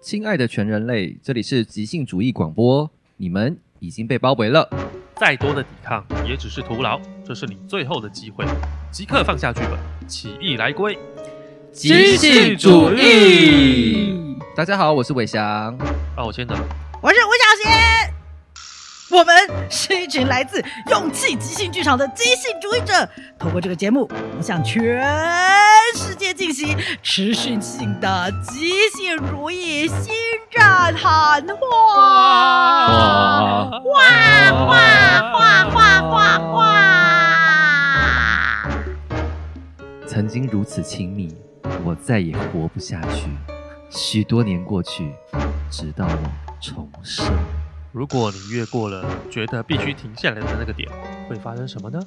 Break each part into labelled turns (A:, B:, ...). A: 亲爱的全人类，这里是即兴主义广播，你们已经被包围了。
B: 再多的抵抗也只是徒劳，这是你最后的机会，即刻放下剧本，起义来归。
C: 即兴主义，
A: 大家好，我是伟翔。
B: 啊，我先等。
C: 我是吴小贤。我们是一群来自勇气即兴剧场的即兴主义者。透过这个节目，我们向全世界进行持续性的即兴主义新战喊话。
A: 哇，
C: 哇哇哇哇哇哇！
A: 曾经如此亲密，我再也活不下去。许多年过去，直到我重生。
B: 如果你越过了觉得必须停下来的那个点，会发生什么呢？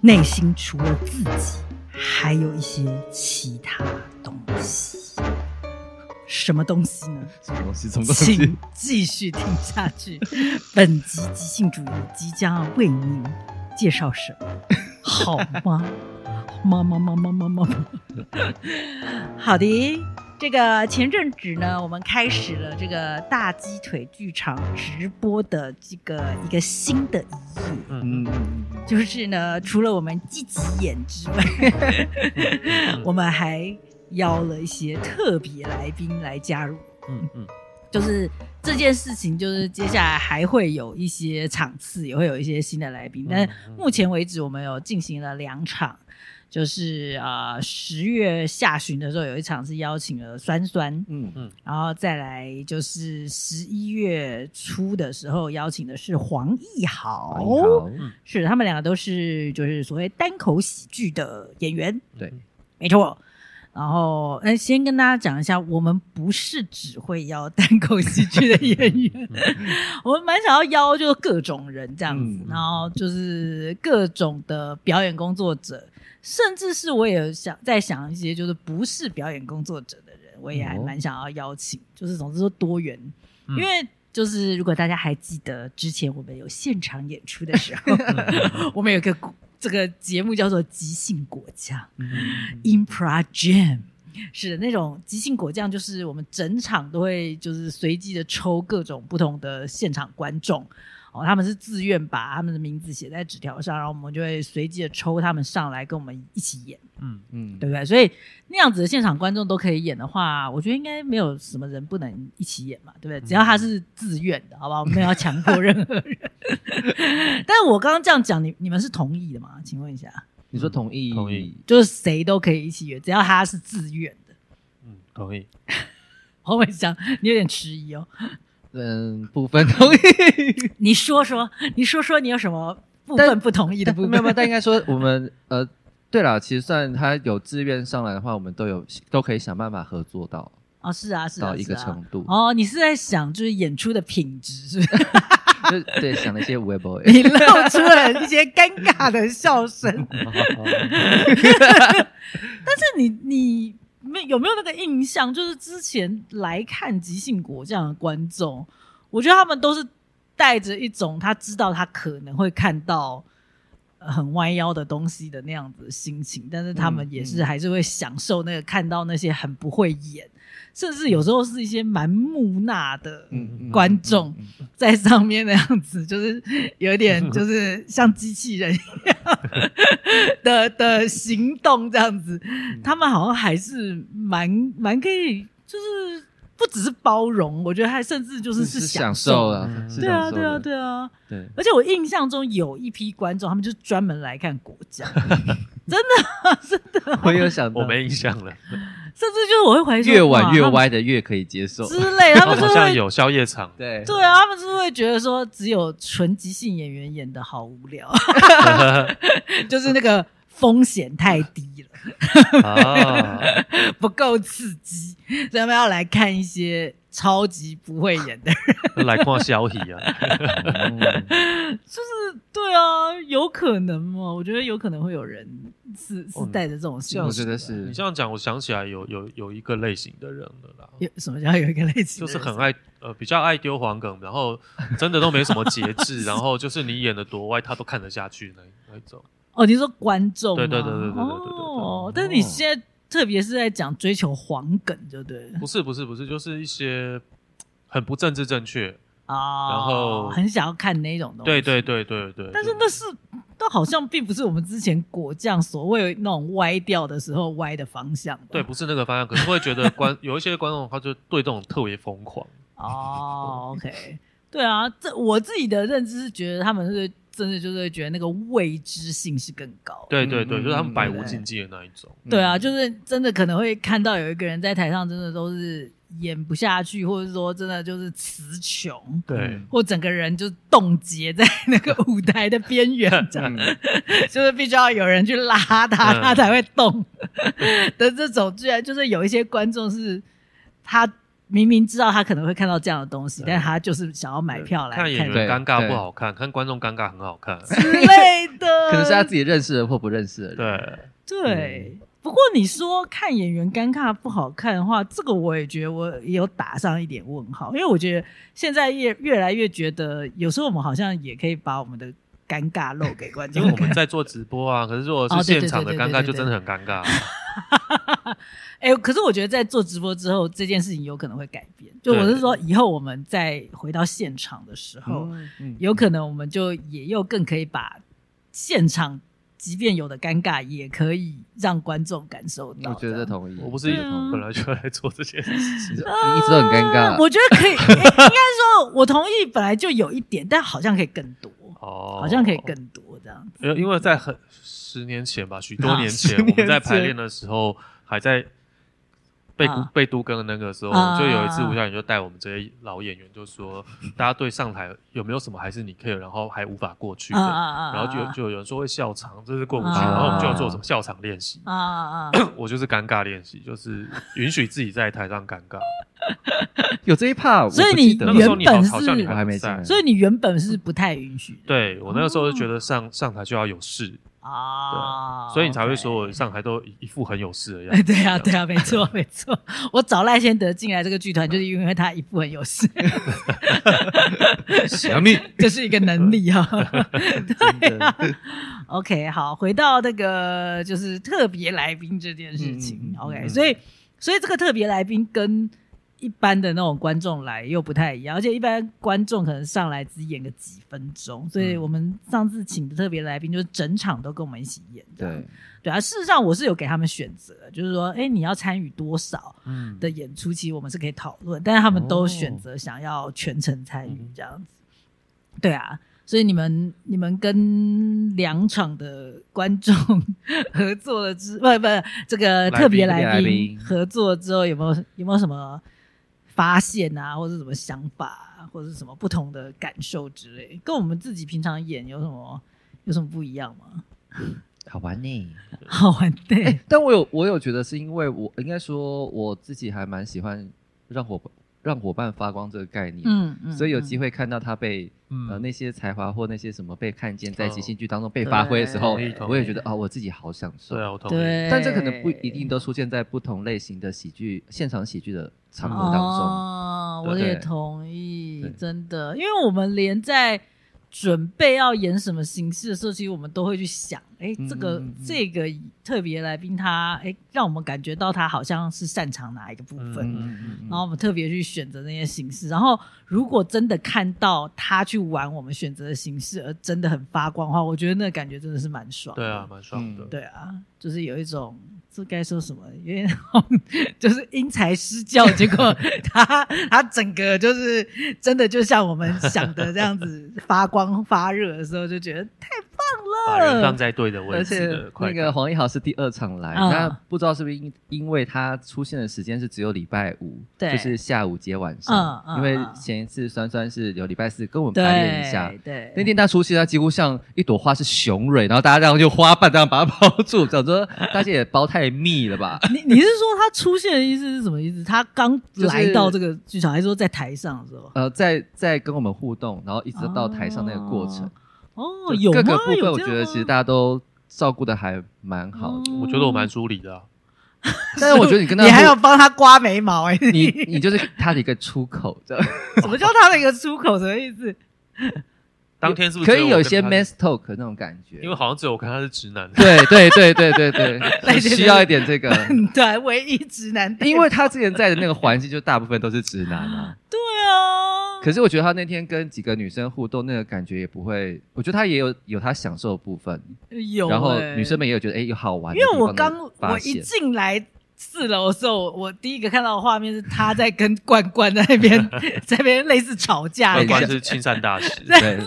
C: 内心除了自己，还有一些其他东西。什么东西呢？
A: 什么东西？什么东西
C: 请？继续听下去。 本集即兴主义即将为您介绍什 么？好吗？妈妈妈妈妈妈 妈。好的，这个前阵子呢，我们开始了这个大鸡腿剧场直播的这个一个新的一页。
B: 嗯
A: 嗯，
C: 就是呢，除了我们自己演之外，
B: 嗯
A: 嗯
C: 我们还邀了一些特别来宾来加入。
B: 嗯嗯
C: 就是这件事情，就是接下来还会有一些场次，也会有一些新的来宾。但目前为止，我们有进行了两场，就是呃十月下旬的时候有一场是邀请了酸酸，
A: 嗯
C: 然后再来就是十一月初的时候邀请的是黄奕
A: 哦
C: 豪。
A: 好，嗯
C: 是的他们两个都是就是所谓单口喜剧的演员，
B: 嗯
A: 对，
C: 没错。然后，嗯，先跟大家讲一下，我们不是只会邀单口喜剧的演 员，我们蛮想要邀就各种人这样子，
A: 嗯
C: 然后就是各种的表演工作者，甚至是我也想在想一些就是不是表演工作者的人，我也还
A: 哦
C: 蛮想要邀请，就是总之说多元，
B: 嗯
C: 因为就是如果大家还记得之前我们有现场演出的时
B: 嗯
C: 候，我们有一个古这个节目叫做《即兴果酱》（Impro
B: 嗯
C: Jam）。是的，那种即兴果酱，就是我们整场都会就是随机的抽各种不同的现场观众，哦，他们是自愿把他们的名字写在纸条上，然后我们就会随机的抽他们上来跟我们一起演，
B: 嗯
A: 嗯，
C: 对不对？所以那样子的现场观众都可以演的话，我觉得应该没有什么人不能一起演嘛，对不对？只要他是自愿的，好吧，我们没有要强迫任何人。但是我刚刚这样讲，你你们是同意的吗？请问一下，
A: 你说同意？
B: 同意。
C: 就是谁都可以一起演，只要他是自愿的。
B: 嗯，同意。
C: 黄伟翔，你有点迟疑哦，
A: 嗯，部分同意。
C: 你说说，你说说，你有什么部分
A: 但
C: 不同意的部 分？
A: 没有没有，但应该说我们呃，对了，其实算他有自愿上来的话，我们都有都可以想办法合作到
C: 哦，是啊，是啊，
A: 到一个
C: 是啊
A: 程度，
C: 哦，你是在想就是演出的品质是不是？
A: 就对想了一些 web boy，
B: 嗯
C: 你露出了一些尴尬的笑声，
B: 嗯
C: 但是你你没有没有那个印象？就是之前来看即兴国这样的观众，我觉得他们都是带着一种他知道他可能会看到。呃很弯腰的东西的那样子的心情，但是他们
A: 嗯
C: 也
A: 嗯
C: 是还是会享受那个看到那些很不会演，甚至有时候是一些蛮木讷的，
A: 嗯
C: 观众
A: 嗯嗯
C: 在上面的样子，就是 有点就是像机器人一样的的行动这样子，
A: 嗯
C: 他们好像还是蛮蛮可以，就是不只是包容，我觉得还甚至就是
A: 是
C: 是
A: 是
C: 享
A: 享
C: 受。
A: 受了，
B: 嗯
A: 是
C: 对啊，
A: 享受
C: 对啊，
A: 的，
C: 对啊！
A: 对
C: 而且我印象中有一批观众，他们就是专门来看国 家，真的，
A: 我有想到
B: 我没印象了，
C: 甚至就是我会怀疑说
A: 越晚越
C: 哇
A: 歪的越可以接受
C: 他，们之类，他 们就
B: 好
C: 会
B: 像有宵夜场。
A: 对
C: 对啊，他们是会觉得说，只有纯即兴演员演的好无聊，就是那个风险太低了，
B: 啊，
C: 不够刺激，所以他们要来看一些超级不会演的人。
B: 来逛消息啊。
A: 嗯
C: 就是 对啊，有可能嘛？我觉得有可能会有人是
B: 哦
C: 是带着这种心
A: 我
C: 情
A: 觉得
B: 你
A: 是
B: 这样讲，我想起来有有有一个类型的人了啦。
C: 有什么叫有一个类型
B: 就
C: 的人，
B: 是很爱呃比较爱丢黄梗，然后真的都没什么节 制，然后就是你演的多歪，他都看得下去那那一种。
C: 哦，你说观众
B: 对对
C: 吗
B: 对对对对对对对
C: 哦，但是你现在特别是在讲追求黄梗，就对了。
B: 不是不是不是，就是一些很不政治正确。
C: 啊，
B: 然后
C: 很想要看那种东西。
B: 对对对对对。
C: 哦但是那是，那好像并不是我们之前果酱所谓那种歪掉的时候歪的方向吧。
B: 对，不是那个方向，可是会觉得观 有一些观众他就对这种特别疯狂。
C: 哦，OK，对啊，这我自己的认知是觉得他们是真的就是觉得那个未知性是更高。
B: 对对对，
A: 嗯
B: 就是他们百
C: 对
B: 无
C: 对
B: 禁忌的那一种。
C: 对啊，就是真的可能会看到有一个人在台上真的都是演不下去，或者说真的就是词穷。
B: 对
C: 或整个人就冻结在那个舞台的边缘，这样
A: 嗯
C: 就是必须要有人去拉他，
B: 嗯
C: 他才会动 的这种，居然就是有一些观众是他明明知道他可能会看到这样的东西，
B: 对
C: 但他就是想要买票来
B: 嗯看演
A: 对
B: 员尴尬
A: 对
B: 不好看，看观众尴尬很好看。
C: 之 类的，
A: 可能是他自己认识的或不认识的人。
B: 对，
C: 对。
B: 嗯
C: 不过你说看演员尴尬不好看的话，这个我也觉得我也有打上一点问号，因为我觉得现在越越来越觉得，有时候我们好像也可以把我们的尴尬露给观
B: 因
C: 众
B: 为我
C: 看
B: 们。在做直播啊，可是如果
C: 哦
B: 是
C: 对对
B: 现场的
C: 对对
B: 尴
C: 对
B: 尬，
C: 对
B: 就真的很尴尬啊。
C: 哎、可是我觉得在做直播之后，这件事情有可能会改变。就我是说，以后我们再回到现场的时候，
A: 嗯，嗯
C: 有可能我们就也又更可以把现场，即便有的尴尬，也可以让观众感受到。
A: 我觉
C: 这
A: 得
C: 样
A: 同意。
B: 我不
A: 是，
B: 是
C: 对 啊
B: 本来就来做这件事
A: 你
B: 情，
A: 一直都很尴
C: 啊
A: 尬。
C: 我觉得可以，诶应该说，我同意，本来就有一点，但好像可以更多，
B: 哦，
C: 好像可以更多这样子。
B: 因为因为在很十年前吧，许多
C: 啊
B: 年
C: 10
B: 前，我们
A: 年
B: 在排
A: 前
B: 练的时候，还在被
C: 啊
B: 被都更的那个时候，
C: 啊
B: 就有一次吴小姐就带我们这些老演员，就说大家对上台有没有什么还是你 care，然后还无法过去
C: 啊
B: 的，
C: 啊啊！
B: 然后就有就有人说会笑场，这是过不去，
C: 啊
B: 然后我们就要做什么笑场练习。
C: 啊啊啊！
B: 我就是尴尬练习，就是允许自己在台上尴尬。
A: 有这一趴，
C: 所以
A: 我不
C: 你
A: 记得
B: 那
A: 了
B: 个时候
C: 原
B: 你好
C: 本
B: 好像你
C: 是
A: 我还没
B: 不在
A: 进来
C: 所以你原本是不太允许
A: 哦
C: 的
B: 对我那个时候就觉得上上台就要有事，
C: 啊，
B: 所以你才会
C: OK
B: 说我上台都一一副很有事的样
C: 哎，
B: 子。
C: 对啊，对啊，没 错，没错。我找赖先德进来这个剧团，就是因为他一部很有事，
A: 小米，
C: 这是一个能力 哈、哦。
A: 真的
C: OK，好，回到那个就是特别来宾这件事情。
A: 嗯嗯嗯
C: OK，、
A: 嗯
C: 所以所以这个特别来宾跟一般的那种观众来又不太一样，而且一般观众可能上来只演个几分钟，所
A: 嗯
C: 以我们上次请的特别来宾就是整场都跟我们一起演的。
A: 对，
C: 对啊，事实上我是有给他们选择，就是说，哎，你要参与多少？
B: 嗯，
C: 的演出，其实我们是可以讨论，但是他们都
A: 哦
C: 选择想要全程参与
B: 嗯
C: 这样子。对啊，所以你们你们跟两场的观众 合作了之，不不，这个特别
A: 来宾
C: 来
A: 特别来
C: 宾
A: 宾
C: 合作之后，有没有有没有什么发现啊，或者什么想法、啊，或者是什么不同的感受之类？跟我们自己平常演有什么有什么不一样吗？
A: 好玩呢。
C: 好玩对，
A: 哎但我有我有觉得是因为我应该说我自己还蛮喜欢让伙让伙伴发光这个概念，
C: 嗯嗯，
A: 所以有机
C: 会
A: 会看到他被、
B: 嗯
A: 呃那些才华或那些什么被看见在即
B: 哦
A: 兴剧当中被发挥的时候
B: 对，同意
A: 我也觉得啊、我自己好享受
B: 对。啊，我同意。
C: 对，
A: 但这可能不一定都出现在不同类型的喜剧现场喜剧的场合当中。
C: 哦，
B: 对
C: 我
A: 不对
C: 也同意
A: 对，
C: 真的，因为我们连在准备要演什么形式的时候，其实我们都会去想，哎，
A: 嗯
C: 这个、
A: 嗯嗯
C: 这个特别来宾他，哎，让我们感觉到他好像是擅长哪一个部分。
B: 嗯
A: 嗯
C: 然后我们特别去选择那些形式，然后如果真的看到他去玩我们选择的形式，而真的很发光的话，我觉得那感觉真的是蛮爽的。
B: 对啊，蛮爽的。
A: 嗯
C: 对啊，就是有一种这该说什么，有点就是因材施教，结 果他他整个就是真的就像我们想的这样子 发光发热的时候，就觉得太
B: 把
C: 棒
B: 人
C: 了
B: 放。在对的位
A: 而
B: 置
A: 且
B: 的快
A: 那
B: 感
A: 个黄一豪是第二场来，
C: 嗯
A: 那不知道是不是因因为他出现的时间是只有礼拜五，
C: 对
A: 就是下午接晚上，
C: 嗯嗯
A: 因为
C: 嗯
A: 前一次酸酸是有礼拜四跟我们排练一下
C: 对。对，
A: 那天他出现，他几乎像一朵花是雄蕊，然后大家这样用 花瓣这样把它包住，想说大家也包太密了吧？
C: 你你是说他出现的意思是什么意思？他刚
A: 就是
C: 来到这个剧场，还是说在台上的时候？
A: 呃，在在跟我们互动，然后一直到台上那个过程，
C: 哦，
A: 就
C: 有吗
A: 各？个部分
C: 有
A: 我
C: 这
A: 觉
C: 样
A: 得其实
C: 吗
A: 大家都照顾的还蛮好的。
C: 哦
B: 我觉得我蛮疏离的
A: 嗯
B: 啊。
A: 但是我觉得你跟 他
C: 你还
A: 互
C: 要帮他刮眉毛 哎、
A: 你你就是他的一个出口，这样
C: 什么叫他的一个出口？什么意 思？
B: 当天是不是
A: 可
B: 只
A: 以
B: 我
A: 有一
B: 跟
A: 些
B: 他
A: mass talk 那种感觉，
B: 因为好像只有我看他是直男。
A: 对对对对对 对，
C: 对
A: 需要一点这个，
C: 对，唯一直男代表
A: 因为他之前在的那个环境就大部分都是直男啊，
C: 对啊，
A: 可是我觉得他那天跟几个女生互动，那个感觉也不会，我觉得他也有有他享受的部分，
C: 有、
A: 然后
C: 欸
A: 女生们也有觉得哎、有好玩
C: 因
A: 的
C: 为
A: 地
C: 我
A: 方的
C: 刚
A: 发
C: 我一
A: 现
C: 进来四楼的时候，我第一个看到的画面是他在跟罐罐在 那边在那边类似吵架
B: 关
C: 一样，
B: 关是青山大使，
A: 对，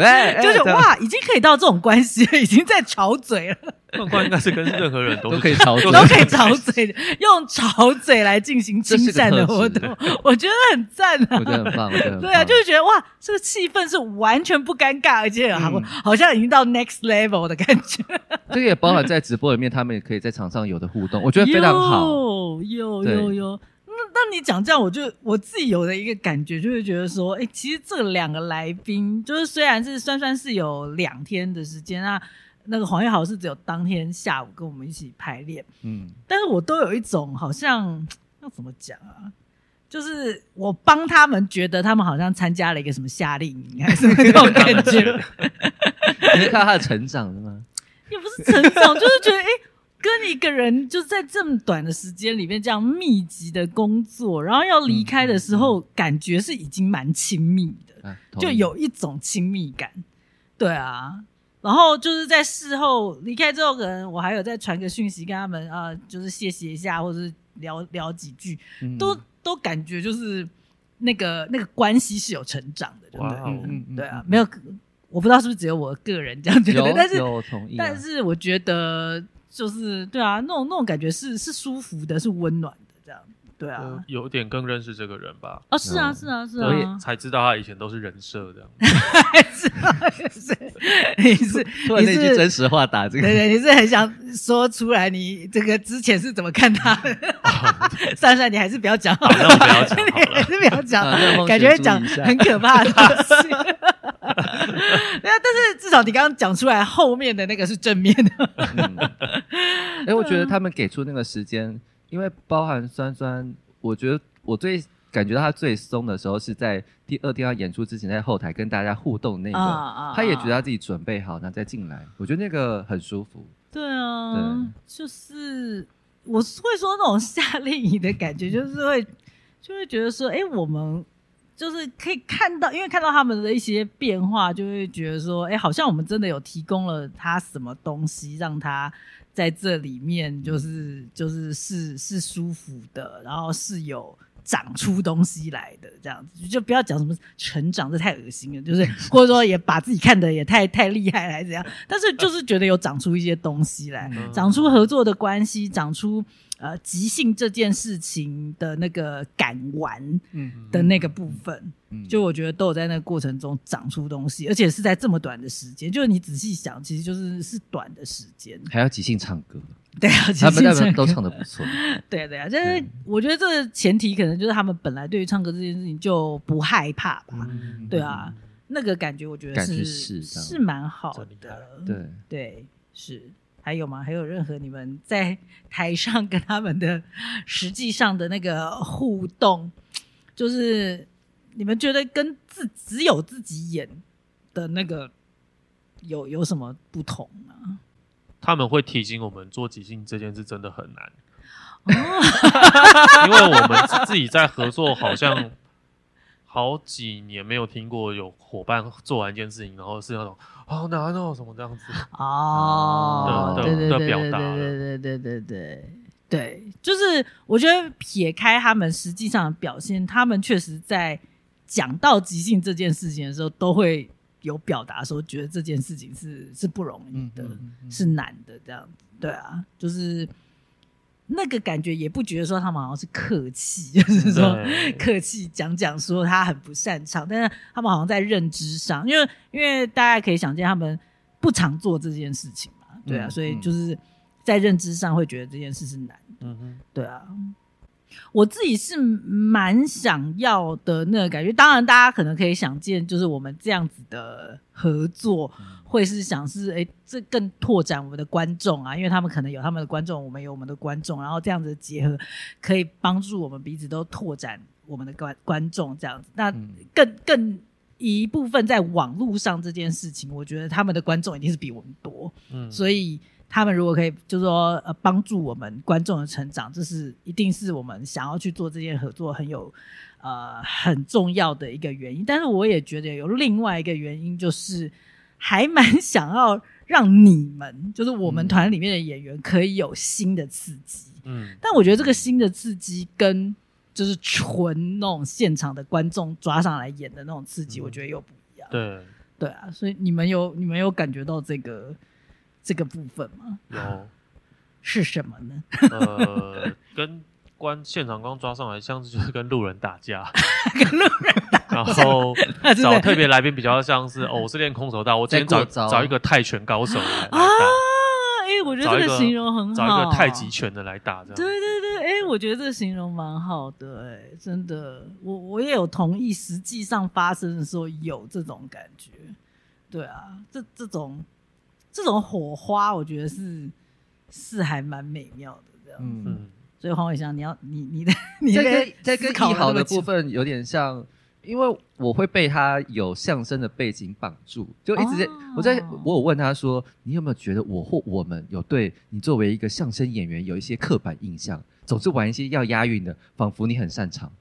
A: 哎 哎
C: 就是
A: 对
C: 哇，已经可以到这种关系了，已经在吵嘴 了，
B: 关关应该是跟任何人都
A: 都
B: 是
A: 可以操作，
C: 都可以吵嘴的，用吵嘴来进行
A: 这
C: 亲
A: 是个
C: 善的活
A: 特质
C: 动，我觉得很赞啊，
A: 我觉 得很棒，我觉得很棒
C: 对啊，就是觉得哇，这个气氛是完全不尴尬，而且好、
A: 嗯
C: 好像已经到 next level 的感觉，
A: 这个也包含在直播里面，他们也可以在场上有的互动，我觉得非常好。
C: 有有
A: 对
C: 有有。那那你讲这样，我就我自己有的一个感觉，就会觉得说，哎、其实这两个来宾，就是虽然是酸酸是有两天的时间啊，那那个黄月豪是只有当天下午跟我们一起排练，
A: 嗯，
C: 但是我都有一种好像要怎么讲啊？就是我帮他们觉得他们好像参加了一个什么夏令营啊还是什么这种感 觉，
A: 你是看到他的成长的吗？
C: 也不是成长，就是觉得哎、诶跟一个人就是在这么短的时间里面这样密集的工作，然后要
A: 嗯
C: 离开的时候，感觉是已经蛮亲密的，
A: 啊同 意
C: 就有一种亲密感。对啊，然后就是在事后离开之后，可能我还有再传个讯息跟他们啊、就是谢谢一下，或者是聊聊几句，
A: 嗯
C: 都都感觉就是那个那个关系是有成长的，对不
B: 哇
C: 对？
B: 哦，
A: 嗯嗯
C: 对啊，没有，我不知道是不是只有我个人这样觉
A: 有
C: 得，但是
A: 有同意啊，
C: 但是我觉得就是对啊，那种那种感觉是是舒服的，是温暖的，这样对啊
B: 呃，有点更认识这个人吧。
C: 哦是啊
A: 嗯
C: 是啊是
A: 我
C: 啊
A: 也，
B: 才知道他以前都是人设这样，
C: 是啊是 你是
A: 突然
C: 你
A: 间一句真实话打这
C: 对
A: 个，
C: 对，你是很想说出来你这个之前是怎么看他的？ 算算，你还是不要讲好了，
B: 那我不要讲好了
C: 你 还是不要讲
A: 啊让，梦
C: 感觉
A: 雪注意
C: 讲
A: 一下
C: 很可怕的东西。 对啊，但是至少你刚刚讲出来后面的那个是正面的，
A: 嗯哎、我
C: 嗯
A: 觉得他们给出那个时间，因为包含酸酸，我觉得我最感觉到他最松的时候是在第二天要演出之前，在后台跟大家互动那个，
C: 啊啊
A: 他也
C: 啊
A: 觉得他自己准备好，然后再进来，我觉得那个很舒服。
C: 对啊，就是我是会说那种夏令营的感觉，就是会就会觉得说，哎、我们就是可以看到，因为看到他们的一些变化，就会觉得说，哎、好像我们真的有提供了他什么东西，让他在这里面
A: 嗯
C: 就是就是是是舒服的，然后是有。长出东西来的这样子，就不要讲什么成长，这太恶心了。就是 或者说也把自己看得也太太厉害了，还是怎 样？但是就是觉得有长出一些东西来，
A: 嗯
C: 长出合作的关系，长出呃即兴这件事情的那个敢玩
A: 嗯
C: 的那个部分，
A: 嗯
C: 就我觉得都有在那个过程中长出东西，而且是在这么短的时间，就是你仔细想，其实就是是短的时间，
A: 还要即兴唱歌，
C: 对啊，其实
A: 他们他
C: 这
A: 们
C: 个
A: 都唱的不 错。
C: 对啊对啊，就是我觉得这个前提可能就是他们本来对于唱歌这件事情就不害怕吧，
A: 嗯
C: 对啊，那个感觉我觉得
A: 感觉
C: 是
A: 是这样
C: 是蛮好
B: 真厉害
C: 的，
A: 对，
C: 对，是。还有吗？还有任何你们在台上跟他们的实际上的那个互动，就是你们觉得跟自只有自己演的那个有有什么不同吗？
B: 他们会提醒我们做即兴这件事真的很难，
C: 哦，
B: 因为我们自自己在合作，好像好几年没有听过有伙伴做完一件事情，然后是那种好难哦什么这样子，
C: 哦
A: 的
C: 对对
B: 的
C: 对
B: 表
C: 对
B: 达了
C: 对对对对对对，就是我觉得撇开他们实际上的表现，他们确实在讲到即兴这件事情的时候，都会有表达说，觉得这件事情是是不容
A: 嗯
C: 易的，
B: 嗯
C: 是难的，这样子。对啊，就是那个感觉，也不觉得说他们好像是客气，就是说
B: 嗯对啊
C: 客气讲讲说他很不擅长，但是他们好像在认知上，因为因为大家可以想见他们不常做这件事情嘛，对啊，
A: 嗯
C: 所以
A: 嗯
C: 就是在认知上会觉得这件事是难的，
B: 嗯哼，
C: 对啊。我自己是蛮想要的那个感觉，当然大家可能可以想见，就是我们这样子的合作，会是想是哎、诶这更拓展我们的观众啊，因为他们可能有他们的观众，我们有我们的观众，然后这样子的结合，可以帮助我们彼此都拓展我们的观观众这样子。那
A: 嗯
C: 更更一部分在网络上这件事情，我觉得他们的观众一定是比我们多，
B: 嗯，
C: 所以他们如果可以，就是说呃帮助我们观众的成长，这是一定是我们想要去做这件合作很有呃很重要的一个原因。但是我也觉得有另外一个原因，就是还蛮想要让你们，就是我们
B: 嗯
C: 团里面的演员，可以有新的刺激。
B: 嗯
C: 但我觉得这个新的刺激跟就是纯那种现场的观众抓上来演的那种刺激，
B: 嗯
C: 我觉得又不一样。
B: 对，
C: 对啊，所以你们有你们有感觉到这个这个部分吗？
B: 有
C: 是什么呢？
B: 呃跟观现场刚抓上来，像是就是跟路人打 架，
C: 跟路人
B: 然后
C: 啊真的
B: 找特别来宾比较像是哦，我是练空手道，我今天
A: 在
B: 找
A: 过招
B: 找一个泰拳高手来来
C: 啊
B: 打，，
C: 哎、我觉
B: 找
C: 得
B: 一
C: 这
B: 个
C: 形容很好，啊
B: 找一个太极。拳的来打这
C: 哦对
B: 样。
C: 对对，哎、我觉得这形容蛮好的、哎，真的，我我也有同意，实际上发生的时候有这种感觉，对啊，这这种这种火花，我觉得是是还蛮美妙的这样。
A: 嗯，
B: 嗯，
C: 所以黄伟翔，你要你你的你
A: 这
C: 被
A: 跟这跟
C: 思考
A: 艺
C: 了那
A: 好
C: 么
A: 的
C: 久
A: 部分有点像，因为我会被他有相声的背景绑住，就一直在、
C: 哦
A: 我在我有问他说，你有没有觉得我或我们有对你作为一个相声演员有一些刻板印象，总是玩一些要押韵的，仿佛你很擅长。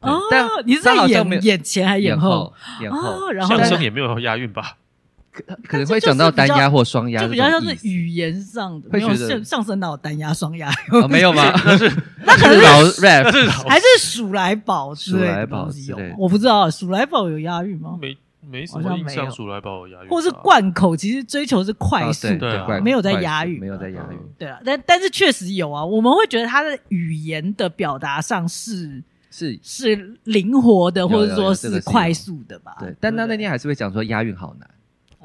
A: 对
C: 哦，
A: 但
C: 你是
A: 他
C: 在
A: 好像没有
C: 演眼前还是
A: 演
C: 后？，
A: 演后
C: 哦，然后
B: 相
C: 呢
B: 声也没有押韵吧？
A: 可可能会讲到单押或双押
C: 就
A: 这
C: 比较像
A: 种意
C: 是
A: 思，
C: 语言上的，
A: 会
C: 没有
A: 觉得
C: 相相声哪有单压双压，
A: 哦没有吗？
B: 那是
A: 那
C: 可能是
A: 老 rap
B: 那是好
C: 还是鼠来宝之类的东西有
A: 鼠来宝之类
C: 吗
A: 的？
C: 我不知道鼠来宝有押韵吗？
B: 没没什
C: 好
B: 么
C: 像
B: 印
C: 没
B: 象，
C: 有
B: 数来宝有押韵吧，
C: 或是贯口，其实追求是快速
A: 哦对
C: 的，
B: 对啊嗯
A: 快
C: 没有在
A: 快速
C: 押韵
A: 没有
C: 嘛
A: 在押韵。
C: 对啊，但但是确实有啊，我们会觉得他的语言的表达上是
A: 是
C: 是灵活的，
A: 有
C: 或者
A: 有
C: 说
A: 有这个是有
C: 快速的吧？
A: 对，但他
C: 不
A: 那天还是会讲说押韵好难。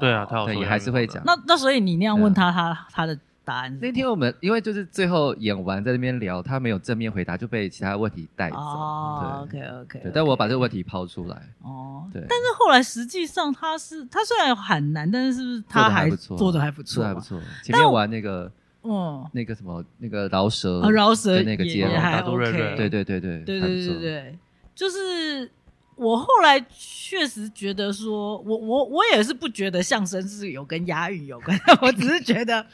B: 对啊，他有
A: 对
B: 说
A: 也
B: 押
A: 还
B: 韵
A: 是会
B: 吧
A: 讲
C: 那那所以你那样问
A: 啊
C: 他，他他的答案是
A: 那天我们因为就是最后演完在那边聊，他没有正面回答，就被其他问题带走。
C: 哦
A: 对
C: ，OK OK，
A: 对，但我把这个问题抛出来，
C: 哦，
A: 对，
C: 但是后来实际上他是他虽然很难，但是是不是
A: 做
C: 他
A: 得还不错
C: 做的还不
A: 说
C: 错
A: 得还不
C: 嘛？
A: 错。前面玩那个
C: 嗯，
A: 那个什么那个饶舌
C: 啊，饶舌
A: 跟那个
C: 也
A: 接
C: 也
A: 龙，
C: 还
B: 大都
C: OK，
B: 认认
A: 对对对对
C: 对
A: 还不
C: 对对
A: 错
C: 对对，就是我后来确实觉得说，我我我也是不觉得相声是有跟押韵有关， 我只是觉得。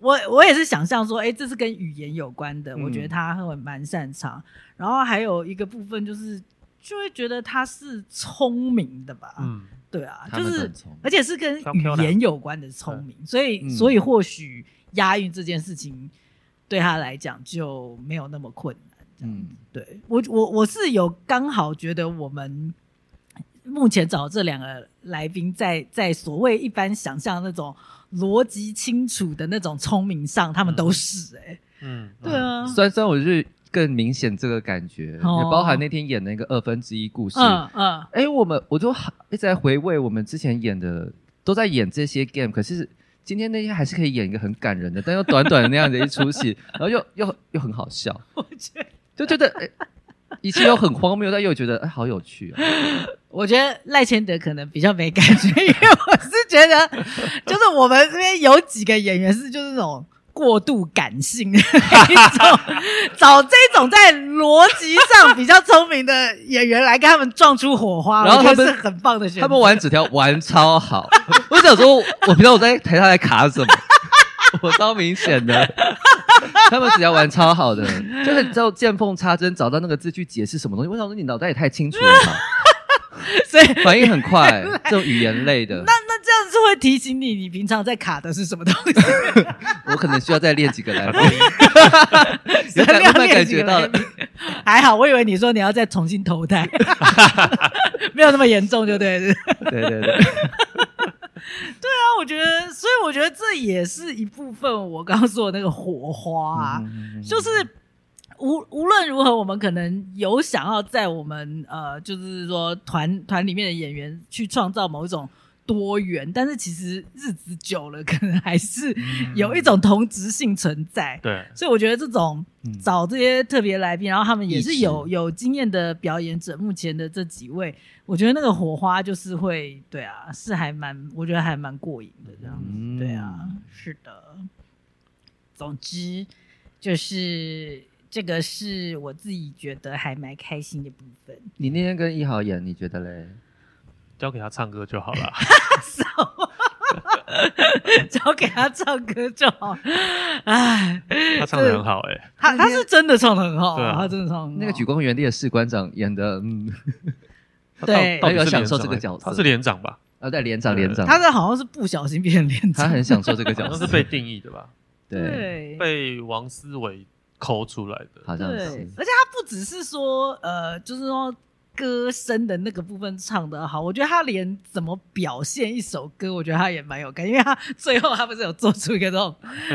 C: 我我也是想象说，哎、这是跟语言有关的，我觉得
A: 嗯
C: 他会蛮擅长。然后还有一个部分就是，就会觉得他是聪明的吧？
B: 嗯，
C: 对啊，
A: 他
C: 就
A: 们都
C: 是
A: 很聪明
C: 而且是跟
B: 飘
C: 语
B: 飘的
C: 言有关的聪明，所以、
A: 嗯
C: 所以或许押韵这件事情对他来讲就没有那么困难。这样
A: 嗯
C: 对我我我是有刚好觉得我们目前找这两个来宾在在所谓一般想象那种逻辑清楚的那种聪明上，
A: 嗯
C: 他们都是哎、欸
B: 嗯，嗯
C: 对，啊，
A: 酸酸，我就是更明显这个感觉，也
C: 哦
A: 包含那天演那个二分之一故事，
C: 嗯嗯，
A: 哎、我们我就好一直在回味我们之前演的，都在演这些 game，可是今天那些还是可以演一个很感人的，但又短短的那样的一出戏，然后又又又很好笑，
C: 我觉得
A: 就觉得、哎一切又很荒谬，但又觉得哎、好有趣啊！
C: 我觉得赖千德可能比较没感 觉，因为我是觉得，就是我们这边有几个演员是就是那种过度感性的那一 种，找这种在逻辑上比较聪明的演员来跟他们撞出火花，
A: 然后
C: 我觉
A: 他
C: 得
A: 们
C: 是很棒的选择。
A: 他们玩纸条玩超好，我想说，我平常我在台上在卡什么？我超明显的，他们纸条玩超好的，就很知道见缝插针，找到那个字去解释什么东西。我想说，你脑袋也太清楚了吧，
C: 所以
A: 反应很快，这种语言类的。
C: 那那这样是会提醒你，你平常在卡的是什么东西？
A: 我可能需要再练几个来宾， 有
C: 有
A: 感有感
C: 练
A: 觉到了，
C: 还好，我以为你说你要再重新投 胎，没有那么严重，就对了。
A: 对对对，
C: 那我觉得，所以我觉得这也是一部分我刚刚说的那个火花、啊，
A: 嗯
C: 就是无无论如何，我们可能有想要在我们呃，就是说团团里面的演员去创造某一种多元，但是其实日子久了，可能还是有一种同质性存在。
B: 对，
C: 所以我觉得这种
A: 嗯
C: 找这些特别来宾，然后他们也是有
A: 意
C: 有经验的表演者，目前的这几位，我觉得那个火花就是会，对啊，是还蛮，我觉得还蛮过瘾的这样子，
A: 嗯
C: 对啊，是的。总之就是这个是我自己觉得还蛮开心的部分。
A: 你那天跟一豪演，你觉得嘞？
B: 交给他唱歌就好了。
C: 只要给他唱歌就好。哎，
B: 他唱的很好哎、
C: 他他是真的唱的很好，
B: 对啊
C: 他真的唱得很好
A: 那个举光原地的士官长演的，嗯，
B: 他
C: 对
B: 到到
A: 他
B: 底
A: 有
B: 是
A: 享
B: 连
A: 受
B: 长
A: 这个
B: 还是
A: 角色
B: 他是连长吧？
A: 啊，对，连长
B: 对
A: 连长，
C: 他这好像是不小心变成连
A: 他
C: 长，
A: 很享受这个
B: 好
A: 角
B: 像
A: 色，
B: 是被定义的吧？
A: 对，
C: 对。
B: 被王思维抠出来的。
A: 好像
C: 对，
A: 是。
C: 而且他不只是说呃，就是说歌声的那个部分唱的好，我觉得他连怎么表现一首歌，我觉得他也蛮有感，因为他 最后他不是有做出一个这 种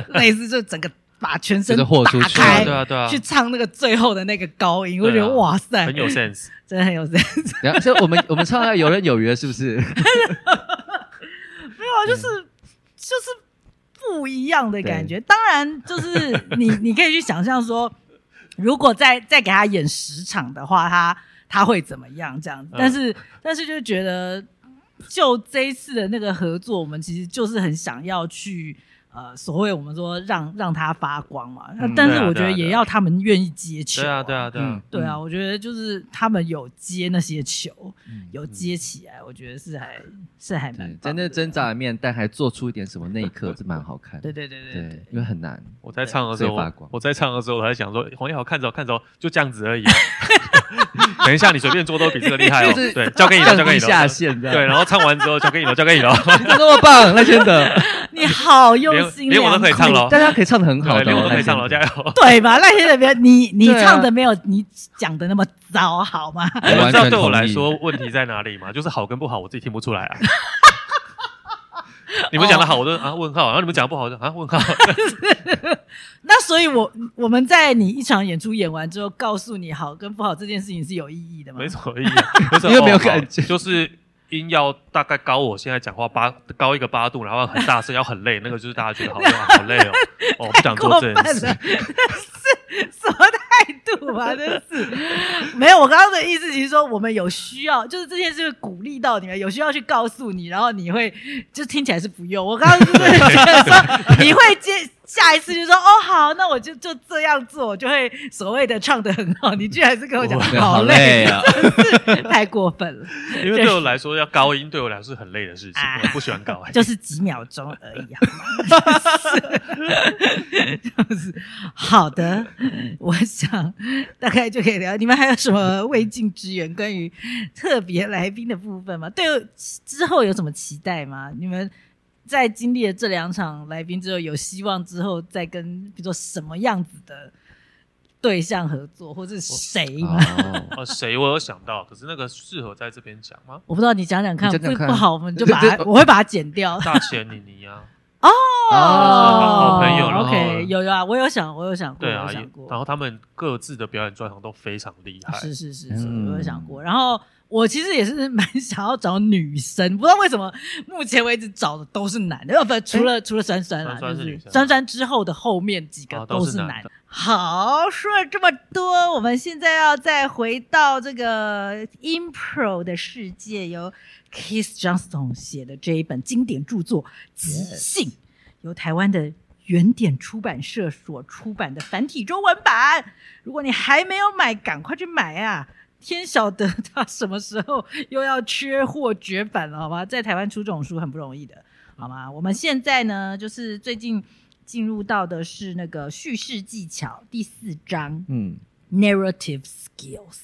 C: 类似就整个把全身
A: 就是豁出
C: 打
A: 去
B: 对啊，
C: 开
B: 对啊，对啊，
C: 去唱那个最后的那个高音，我觉
B: 对啊
C: 得哇塞，
B: 很有 sense。
C: 真的很有 sense。
A: 然后，所以啊我们我们唱到游刃有余了，是不是？
B: 啊
C: 没有啊，就是
B: 嗯
C: 就是不一样的感觉。 当然，就是你你可以去想象说，如果再再给他演十场的话，他他会怎么样这样子？
B: 嗯
C: 但是、但是就觉得，就这一次的那个合作，我们其实就是很想要去。呃，所谓我们说让让他发光嘛，那
A: 嗯
C: 但
B: 对
C: 是
B: 啊
C: 我觉
B: 对啊
C: 得
B: 对啊
C: 也要他们愿意接球、
B: 对啊，对啊，对啊
A: 嗯，
C: 对啊，我觉得就是他们有接那些球，
A: 嗯
C: 有接起来，我觉得是还是还蛮
A: 对，在
C: 棒
A: 那
C: 的
A: 挣扎里面，但还做出一点什么，那一刻是蛮好看的
C: 对。对对对
A: 对，因为很难。
B: 我在唱的时候
A: 最发光，
B: 我在唱的时候，我还想说黄奕豪看着我看着我，就这样子而已。等一下，你随便做都比这个厉害 哦。
A: 就是
B: 对，交给你了，交
A: 降
B: 给
A: 低
B: 你
A: 下
B: 了。
A: 线这样。
B: 对，然后唱完之后交给你了，交给 你了。
A: 你真那么棒，赖千 德，
C: 你好用心
B: 连连我都可以唱了
C: 了，
B: 哦
A: 大家可以唱的很好
B: 对
A: 的
B: 连
A: 哦，
B: 我都可以唱了，
A: 赖
B: 加
A: 千
B: 油！
C: 对吧？赖先生，别你你
A: 对啊
C: 唱的没有你讲的那么糟，好吗？
A: 德
B: 你们知道
A: 完全
B: 对我来
A: 同意
B: 说问题在哪里吗？就是好跟不好，我自己听不出来啊。你们讲的好，我就啊问号；然后你们讲的不好，我就啊问号。
C: 那所以我，我们在你一场演出演完之后，告诉你好跟不好这件事情是有意义的吗？
B: 没什么意义 啊，就是
A: 因为没有
B: 哦好
A: 感觉
B: 就是音要大概高我现在讲话八高一个八度，然后很大声，要很累，那个就是大家觉得好累啊，好累 哦，哦不想
C: 过
B: 做
C: 分
B: 这
C: 了，
B: 件
C: 是
B: 事，
C: 什么态度啊？真是没有。我刚刚的意思其实说，我们有需要，就是这件事会鼓励到你们，有需要去告诉你，然后你会就听起来是不用。我刚刚就是觉得说，你会接下一次就说哦好，那我就就这样做，我就会所谓的唱的很好。你居然是跟我讲
A: 对
C: 好
A: 好
C: 累
A: 累啊，
C: 真是太过分了，
B: 因为对我来说要高音对我来说是很累的事情
C: 啊，
B: 我不喜欢高 音。
C: 就是几秒钟而已好吗 是 就是好的，我想大概就可以聊。你们还有什么未尽之缘？关于特别来宾的部分吗？对之后有什么期待吗？你们在经历了这两场来宾之后，有希望之后再跟比如说什么样子的对象合作，或是谁
A: 德
C: 吗？
A: 哦
B: 哦，谁我有想到，可是那个适合在这边讲吗？
C: 我不知道你讲讲看，
A: 你讲讲
C: 不
A: 看
C: 不好，我们 就把它
A: 这这
C: 我会把它剪掉。
B: 大前妮妮 啊，
A: 哦
B: 好朋友然后
C: OK，有有啊，我有想，我有想过，
B: 对
C: 我
B: 啊
C: 有，想
B: 也
C: 过，
B: 然后他们各自的表演专场都非常厉害，
C: 是是是是，
A: 嗯
C: 我有想过。然后我其实也是蛮想要找女生，不知道为什么目前为止找的都是男
B: 哎
C: 的，要呃不除了除了酸酸啦，
B: 酸酸
C: 就是是
B: 哦女生
C: 酸酸之后的后面几个
B: 哦都是
C: 是
B: 男
C: 男
B: 的。
C: 好，说了这么多，我们现在要再回到这个呃 impro 的世界，由 Keith Johnston 写的这一本经典著作《即兴》，由台湾的原点出版社所出版的繁体中文版。如果你还没有买，赶快去买啊！天晓得他什么时候又要缺货绝版了，好吗？在台湾出这种书很不容易的，好吗？我们现在呢，就是最近进入到的是那个叙事技巧第四章
A: 嗯，
C: narrative skills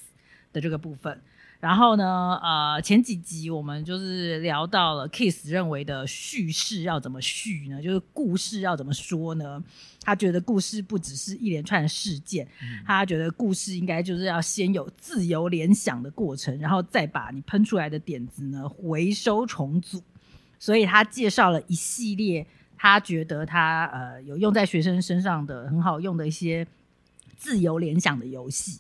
C: 的这个部分。然后呢，呃，前几集我们就是聊到了 Kiss 认为的叙事要怎么叙呢？就是故事要怎么说呢？他觉得故事不只是一连串的事件，他觉得故事应该就是要先有自由联想的过程，然后再把你喷出来的点子呢回收重组。所以他介绍了一系列他觉得他呃有用在学生身上的很好用的一些自由联想的游戏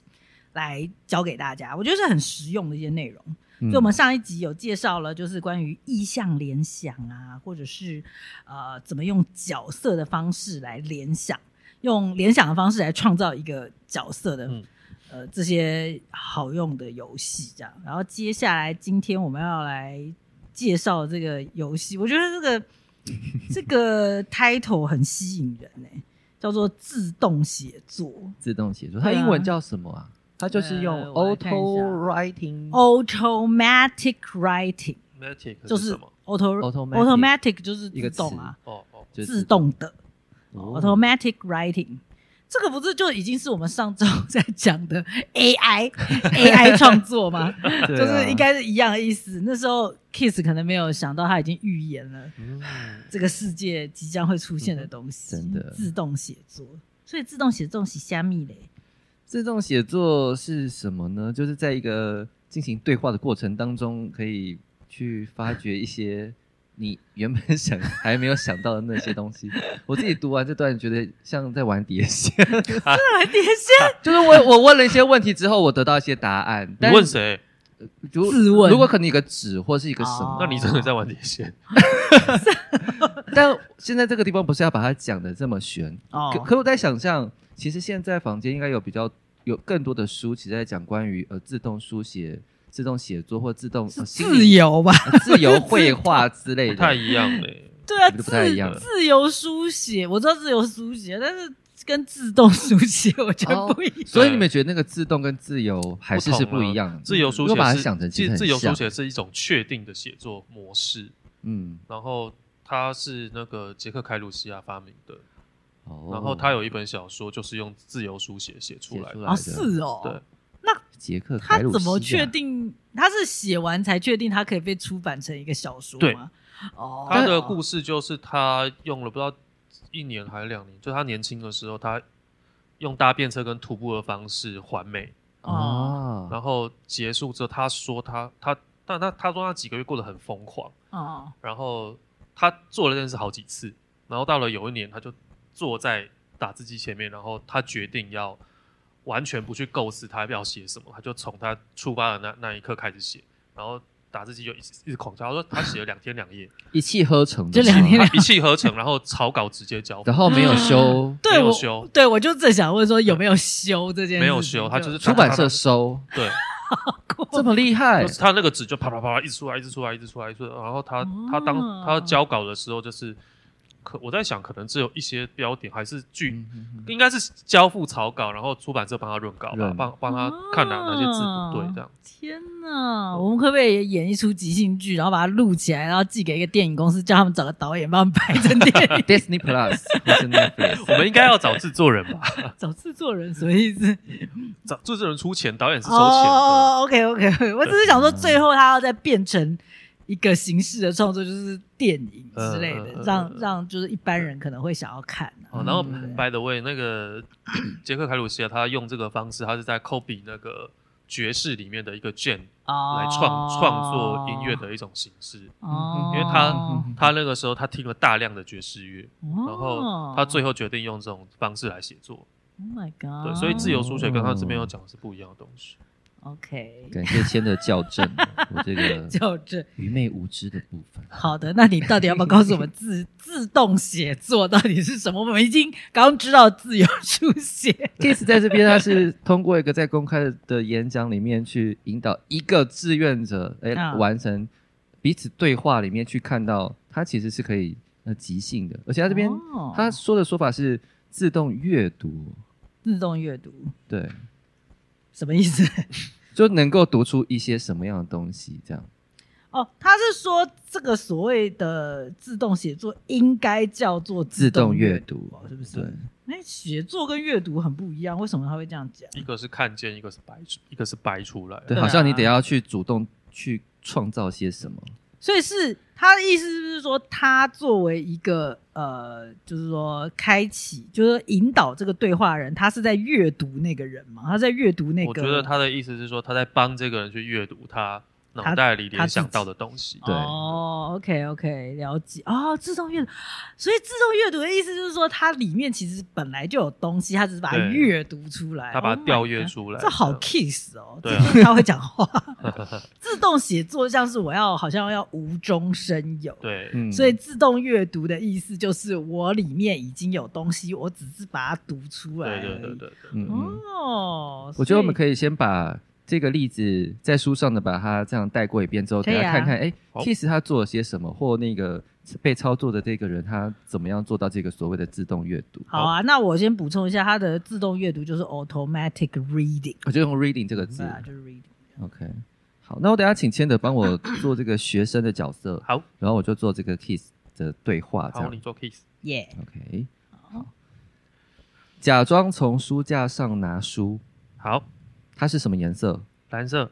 C: 来教给大家，我觉得是很实用的一些内容。
A: 嗯
C: 就我们上一集有介绍了，就是关于意象联想啊，或者是呃怎么用角色的方式来联想，用联想的方式来创造一个角色的、
B: 嗯
C: 呃这些好用的游戏，这样。然后接下来今天我们要来介绍这个游戏，我觉得这个这个 title 很吸引人呢、叫做自动写作
A: 自动写作，
C: 对
A: 它
C: 啊
A: 英文叫什么啊？它就是用
C: 呃我来看一下
A: auto writing，
C: （automatic writing）。
B: Matic
C: 就是
B: 什么？
C: auto
A: Automatic
C: automatic 就是
A: 一个
C: 自
A: 词
C: 动啊，
B: 哦哦，
A: 就是
C: 自动的
A: 哦
C: automatic writing。这个不是就已经是我们上周 在讲的 AI AI 创作吗？
A: 对啊
C: 就是应该是一样的意思。那时候 Kiss 可能没有想到，他已经预言了
B: 嗯，
C: 这个世界即将会出现的东西，
A: 嗯真的
C: 自动写作。所以自动写作是虾米嘞？
A: 自动写作是什么呢？就是在一个进行对话的过程当中，可以去发掘一些你原本想还没有想到的那些东 西。我自己读完这段，觉得像在玩碟仙，
C: 来碟仙，
A: 就是我我问了一些问题之后，我得到一些答案。
B: 你
A: 但
B: 问谁？
A: 如
C: 自问
A: 如果可能一个纸或是一个什么
C: 哦，
B: 那你真的在玩碟仙？
A: 但现在这个地方不是要把它讲的这么玄。
C: 哦
A: 可可我在想象，其实现在坊间应该有比较有更多的书，其实在讲关于呃自动书写、自动写作或自动、呃、心理
C: 自由吧？
A: 呃自由绘画之 类
B: 不太
A: 的。
B: 一样嘞。
C: 对啊，
A: 不是不太
C: 自
A: 一样
C: 自由书写，我知道自由书写，但是跟自动书写 我觉得
A: 哦
C: 不一样。
A: 所以你们觉得那个自动跟自由还是
B: 不同
A: 是
B: 啊
A: 不一样的？
B: 自由
A: 如
B: 书
A: 果把
B: 写
A: 它
B: 是
A: 想成其实
B: 自
A: 很
B: 自由书
A: 像，
B: 写是一种确定的写作模式，
A: 嗯，
B: 然后它是那个捷克凯鲁西亚发明的，
A: 哦
B: 然后他有一本小说就是用自由书写写出
A: 写
B: 来
A: 出
B: 的。
A: 来
C: 啊，
A: 的
C: 是哦，
B: 对，
A: 杰克
C: 他
A: 凯鲁
C: 怎么
A: 西
C: 确
A: 亚
C: 定？他是写完才确定他可以被出版成一个小说
B: 对
C: 吗？哦，
B: 他的
C: 事
B: 故事就是他用了不知道一年还是两年，就他年轻的时候，他用搭便车跟徒步的方式环美，
C: 哦
A: 啊？
B: 然后结束之后，他说他他，但他他说他几个月过得很疯狂，
C: 哦，
B: 然后他做了这件事好几次，然后到了有一年，他就坐在打字机前面，然后他决定要完全不去构思他要写什么，他就从他出发的那那一刻开始写，然后打字机就一直一直狂敲，他说他写了两天两夜，
A: 一气呵成的
C: 这
A: 啊是
C: 两
A: 吗
C: 天
B: 他一气呵成，然后草稿直接交付
A: 然，后没有修，
C: 嗯对
B: 没有
C: 我
B: 修
C: 对我就正想问说有没有修这件事情，
B: 没有修，他就 是
A: 出版社收，嗯
B: 对，
C: 哦
A: 这么厉 害
B: 就是他那个纸就啪啪啪一直出来，一直出来，一直出来，一直出来。然后他、他当
C: 哦
B: 他交稿的时候，就是可我在想，可能只有一些标点还是句，
A: 嗯嗯嗯
B: 应该是交付草稿，然后出版社帮他润稿吧，
A: 润
B: 帮帮他看哪、哪些字
C: 哦
B: 不对， 这样
C: 天哪！我们可不可以也演一出即兴剧，然后把它录起来，然后寄给一个电影公司，叫他们找个导演帮我们拍成 电影？
A: Disney Plus 或是 Netflix，
B: 我们应该要找制作人吧？
C: 找制作人什么意思？
B: 找制作人出钱，导演是收钱的。
C: 哦，OK OK，我只是想说，最后他要再变成一个形式的创作，就是电影之类
B: 嗯嗯嗯
C: 的，
B: 嗯
C: 让让就是一般人可能会想要看啊。
B: 哦，然后
A: 嗯
B: by the way，那个 杰克凯鲁西亚他用这个方式，他是在 copy 那个爵士里面的一个 jam
C: 哦
B: 来创、创作音乐，的一种形式。
C: 哦，
B: 因为他他那个时候他听了大量的爵士乐，
C: 哦，
B: 然后他最后决定用这种方式来写作，
C: ，Oh my God，
B: 对，所以自由书写跟他这边要讲的是不一样的东西。
A: 哦
C: OK，
A: 感谢谦的校正，我这个
C: 就这
A: 愚昧无知的部分。
C: 好的，那你到底要不要告诉我们自自动写作到底是什么？我们已经刚知道自由书 写，
A: Kiss 在这边，他是通过一个在公开的演讲里面去引导一个志愿者，哎、
C: 啊
A: 完成彼此对话里面去看到，他其实是可以呃即兴的，而且他这边、
C: 哦
A: 他说的说法是自动阅读，
C: 自动阅读
A: 对，
C: 什么意思？
A: 就能够读出一些什么样的东西，这样。
C: 哦，他是说这个所谓的自动写作应该叫做
A: 自动
C: 阅
A: 阅读
C: 哦，是不
A: 对
C: 是？那写作跟阅读很不一样，为什么他会这样讲？
B: 一个是看见，一个是白出，一个是白出来。
A: 对，
C: 对
A: 好像你
C: 啊
A: 得要去主动去创造些什么。
C: 所以是他的意思，是不是说他作为一个呃，就是说开启，就是说引导这个对话人，他是在阅读那个人嘛？他在阅读那个？
B: 我觉得他的意思是说他在帮这个人去阅读他脑袋里联想到的东西。
A: 对
C: 哦，OK OK，了解哦，自动阅读，所以自动阅读的意思就是说，它里面其实本来就有东西，它只是把它
B: 对
C: 阅读出来，
B: 他把
C: Oh
B: 它
C: my
B: 调阅
C: God
B: 出来，
C: 这好
B: 样
C: kiss 哦，
B: 对
C: 对
B: 啊，
C: 他会讲话，自动写作像是我要好像要无中生有，，
B: 对，
A: 嗯，
C: 所以自动阅读的意思就是我里面已经有东西，我只是把它读出来
B: 对
C: 而已，
B: 对对对对。
A: 嗯嗯。
C: 哦，
A: 我觉得我们
C: 以
A: 可以先把这个例子在书上的把它这样带过一遍之后，
C: 可
A: 大
C: 以啊
A: 家看看，哎、
B: 好
A: k i s s 他做了些什么，或那个被操作的这个人他怎么样做到这个所谓的自动阅读？
C: 好啊，那我先补充一下，它的自动阅读就是 automatic reading，
A: 我就用 reading 这个字、
C: 对啊，就是 reading。
A: o k 好，那我等一下请千德帮我做这个学生的角色，
C: 啊
B: 好，
A: 然后我就做这个 kiss 的对话，这
B: 好，
A: 样
B: 你做 kiss，
C: 耶、
A: OK。好，假装从书架上拿书，
B: 好，
A: 它是什么颜色？
B: 蓝色，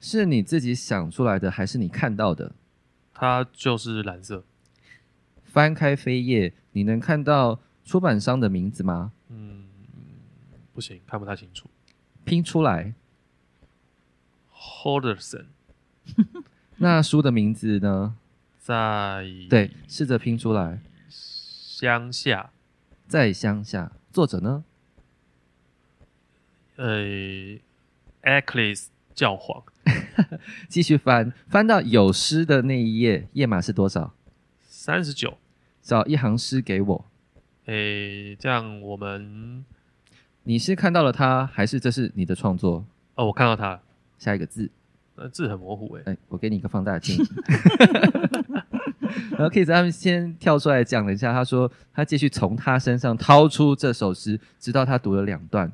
A: 是你自己想出来的，还是你看到的？
B: 它就是蓝色，
A: 翻开扉页，你能看到出版商的名字吗？
B: 嗯，不行，看不太清楚
A: 拼出来。
B: ，Hoderson
A: 那书的名字呢？
B: 在
A: 对，试着拼出来。
B: 乡下，
A: 在乡下，作者呢？
B: 呃 a c l e s 教皇
A: 继续翻，翻到有诗的那一页，页码是多少？
B: 三十九，
A: 找一行诗给我。
B: 诶，这样我们
A: 你是看到了它，还是这是你的创作？
B: 哦，我看到它了，
A: 下一个字。
B: 呃，字很模糊诶，
A: 哎，我给你一个放大镜。 然后 Kiss 他们先跳出来讲了一下，他说他继续从他身上掏出这首诗，直到他读了两段，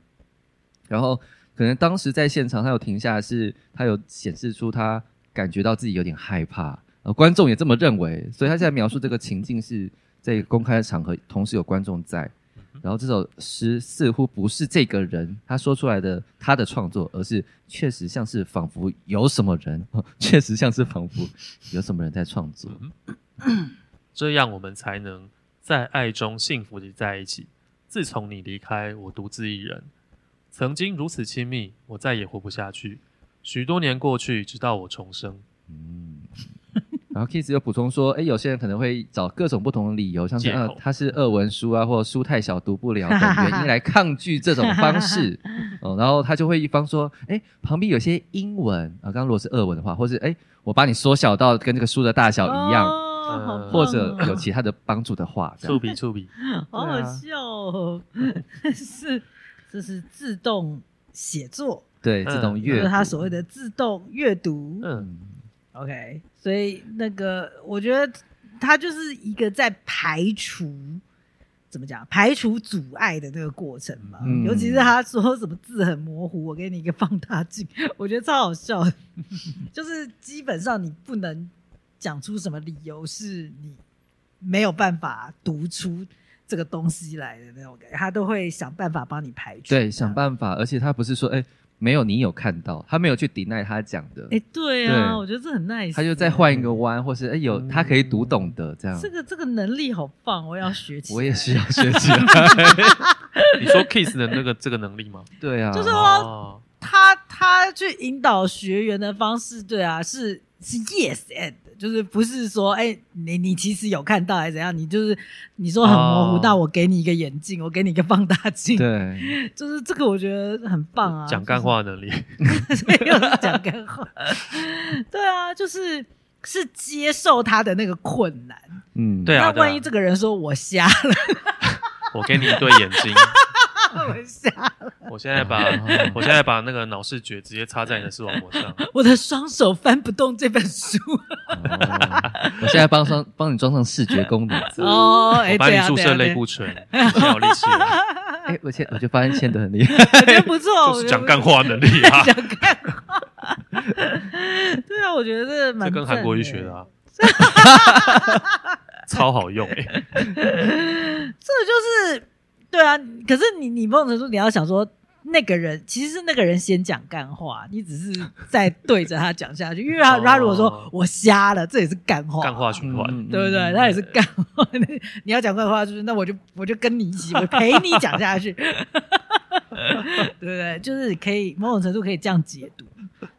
A: 然后可能当时在现场他有停下来是，他有显示出他感觉到自己有点害怕，呃，观众也这么认为，所以他现在描述这个情境是在公开的场合，同时有观众在。然后这首诗似乎不是这个人他说出来的他的创作，而是确实像是仿佛有什么人， 确实像是仿佛有什么人在创作。
B: 这样我们才能在爱中幸福地在一起。自从你离开，我独自一人。曾经如此亲密，我再也活不下去。许多年过去，直到我重生，
A: 嗯，然后 Kiss 又补充说，哎，有些人可能会找各种不同的理由，像是
B: 借口
A: 呃他是俄文书啊，或者书太小读不了等原因来抗拒这种方 式。哦，然后他就会一方说，哎，旁边有些英文啊，刚刚如果是俄文的话，或是哎，我把你缩小到跟这个书的大小一样，
C: 哦好棒哦
A: 嗯或者有其他的帮助的话，这样
B: 触笔触笔，
C: 好好
A: 对啊
C: 笑哦， 是这是自动写作，
A: 对自动
C: 嗯就
A: 阅
C: 是
A: 读，
C: 他所谓的自动阅读。
B: 嗯，
A: 嗯
C: OK，所以那个我觉得他就是一个在排除怎么讲排除阻碍的那个过程嘛。
A: 嗯
C: 尤其是他说什么字很模糊，我给你一个放大镜，我觉得超好笑的。 就是基本上你不能讲出什么理由是你没有办法读出这个东西来的那种感觉，他都会想办法帮你排除。
A: 对，想办法，而且他不是说哎没有你有看到，他没有去抵赖他讲的
C: 哎、，对啊，
A: 对
C: 我觉得这很 nice 欸。
A: 他就再换一个弯，或是哎有
B: 嗯
A: 他可以读懂的这样
C: 这。个这个能力好棒，我要学起来。
A: 我也是要学 起来，
B: 你说 kiss 的那个这个能力吗？
A: 对啊，
C: 就是
B: 哦，
C: 他他去引导学员的方式，对啊，是是 yes and，就是不是说哎、你你其实有看到还是怎样，你就是你说很模糊，
B: 哦
C: 那我给你一个眼镜，我给你一个放大镜，
A: 对，
C: 就是这个我觉得很棒啊，
B: 讲干话的能力，
C: 就是， 所以又是讲干话，对啊，就是是接受他的那个困难。
A: 嗯，
B: 对啊
C: 那万一这个人说我瞎 了，
B: 我给你一对眼睛，
C: 我瞎了，
B: 我现在把
A: 哦
B: 我现在把那个脑视觉直接插在你的视网膜上，
C: 我的双手翻不动这本书。
A: 哦我现在帮上帮你装上视觉功能。
C: 哦，哎、
B: 我帮
C: 对
B: 你
C: 啊，
B: 注
C: 对
B: 射
C: 啊，对
B: 类
C: 啊
B: 固醇，没有力气了，
A: 哎，我现我就发现欠的很厉害。
C: 我觉得啊不错，
B: 就是
C: 哦我觉得
B: 讲
C: 不，
B: 干话能力啊
C: 讲干话。对啊，我觉得这蛮
B: 这跟韩国
C: 语
B: 语学的， 啊，超好 用哎、欸，
C: 这就是对啊。可是你你某种程度你要想说，那个人其实是那个人先讲干话，你只是在对着他讲下去，因为他
B: 哦
C: 他如果说我瞎了，这也是干话，
B: 干话 循环。
A: 嗯
C: 对不对？他也是干话。你要讲干话，就是那我就我就跟你一起，我陪你讲下去， 对不对？就是可以某种程度可以这样解读，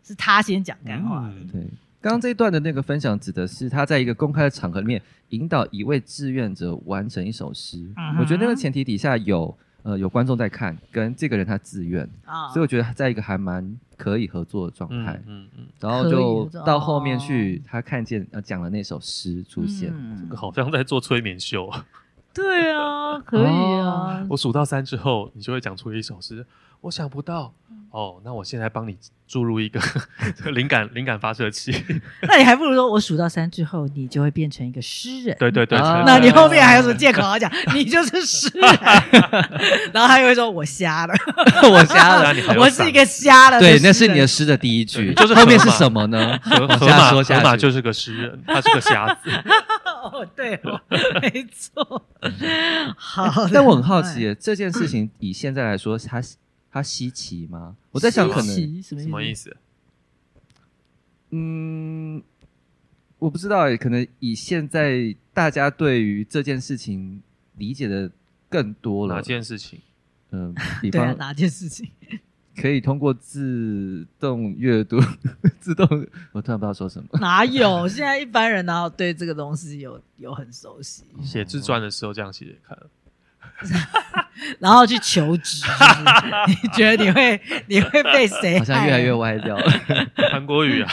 C: 是他先讲干话的。
B: 嗯
A: 对，刚刚这一段的那个分享指的是他在一个公开的场合里面引导一位志愿者完成一首诗。
C: 嗯哼
A: 我觉得那个前提底下有呃有观众在看，跟这个人他自愿，
C: 啊，
A: 所以我觉得他在一个还蛮可以合作的状态。
B: 嗯嗯嗯，
A: 然后
C: 可以
A: 就
C: 合作
A: 到后面去，他看见呃讲了那首诗出现，
C: 嗯
B: 好像在做催眠秀。
C: 对啊，可以啊，
B: 我数到三之后，你就会讲出一首诗。我想不到。
C: 嗯
B: 哦，那我现在帮你注入一个 灵感灵感发射器。
C: 那你还不如说我数到三之后，你就会变成一个诗人。
B: 对对对，
A: 啊
B: 真的
C: 那你后面还有什么借口好讲？ 你就是诗人， 然后他又会说我瞎 了，
A: 我瞎
B: 当
A: 了。
B: 然你还有
C: 我是一个瞎了。
A: 对，那是你的诗的第一句，
B: 就是
A: 后面
B: 河
A: 是
B: 马
A: 什么呢？
B: 河
A: 往
B: 河
A: 下
B: 马，
A: 说
B: 河
A: 下
B: 马
A: 去。
B: 就是个诗人，他是个瞎 子。
C: 哦，对哦，没错。好，
A: 嗯哎
C: 哎
A: 但我很好奇耶，这件事情以现在来说，它它稀奇吗？我在想，可
C: 稀
A: 能
C: 奇什么
B: 什么意
C: 思？
B: 思？
A: 嗯，我不知道耶，可能以现在大家对于这件事情理解的更多
B: 哪
A: 了。
B: 件事情？
A: 嗯，比
C: 对啊，
A: 方
C: 哪件事情？
A: 可以通过自动阅读、自动，我突然不知道说 什么。
C: 哪有？现在一般人哪有对这个东西有有很熟悉，
B: 写自传的时候这样写写看，
C: 然后去求职，是 不是你觉得你会你会被谁害？
A: 好像越来越歪掉了。
B: 韩国语 啊，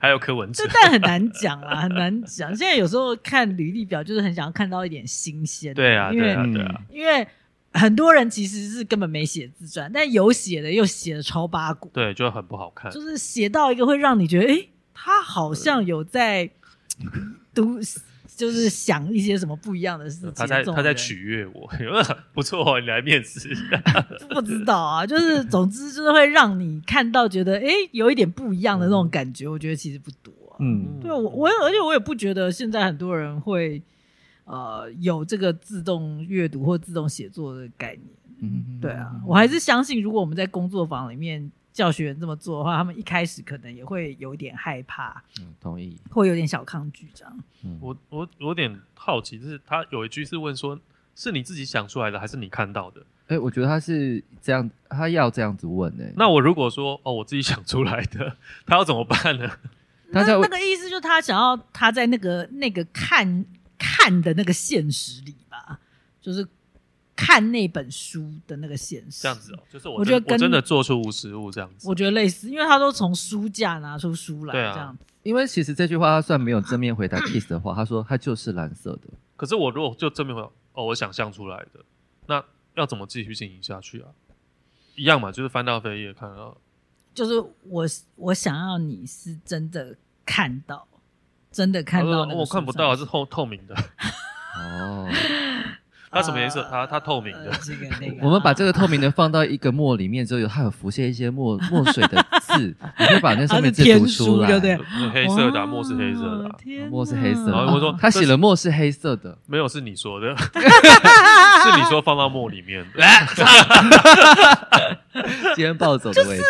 B: 还有柯文哲
C: 这，但很难讲啦，很难讲。现在有时候看履历表，就是很想要看到一点新鲜的。
B: 对啊，
C: 因为
B: 对啊，
A: 嗯
B: 对啊，
C: 因为很多人其实是根本没写自传，但有写的又写的超八股，
B: 对，就很不好看
C: 就。是写到一个会让你觉得，诶，他好像有在读，就是想一些什么不一样的事情。
B: 他在
C: 这种
B: 他在
C: 人
B: 取悦我， 不错哦，你来面试。
C: 不知道啊，就是总之就是会让你看到觉得，诶，有一点不一样的那
B: 嗯
C: 种感觉。我觉得其实不多啊、
A: 嗯，
C: 对我我而且我也不觉得现在很多人会呃有这个自动阅读或自动写作的概念。
A: 嗯
C: 对啊，我还是相信，如果我们在工作坊里面教学员这么做的话，他们一开始可能也会有点害怕，
A: 嗯同意。
C: 会有点小抗拒这样。
A: 嗯
B: 我我我有点好奇，就是他有一句是问说，是你自己想出来的还是你看到的？
A: 哎、我觉得他是这样，他要这样子问欸呢、
B: 那我如果说哦，我自己想出来的，他要怎么办呢？
A: 他
C: 那
A: 在
C: 那个意思就是他想要他在那个那个看看的那个现实里吧，就是看那本书的那个现实。
B: 这样子哦，就是我
C: 我
B: 真
C: 觉得跟
B: 我真的做出无实物这样子
C: 我。觉得类似，因为他都从书架拿出书来
B: 对啊
C: 这样子。
A: 因为其实这句话他算没有正面回答 kiss 的话，他说他就是蓝色的。
B: 可是我如果就正面回答哦，我想象出来的，那要怎么继续进行下去啊？一样嘛，就是翻到扉页看到，
C: 就是我我想要你是真的看到，真的看到
B: 他
C: 那
B: 说
C: 个
B: 我看
C: 书
B: 不
C: 上
B: 到啊，是透透明 的，
A: 哦，，
B: 它什么颜色
C: 呃
B: 它它透明的
C: 呃这个那个
A: 我们把这
C: 个
A: 个透明的放到一个墨里面之后，有它有浮现一 些墨墨水的字，你可以把那上面字读出来。
C: 它是天书对不对
B: 就是 黑色的啊、墨是黑色的啊、
C: 天哪
A: 墨是黑色的，
B: 然后我说
A: 他写了墨是黑 色的，
B: 没有是你说的，是你说放 到墨里面的，
C: 哎
A: 今天暴走的味道。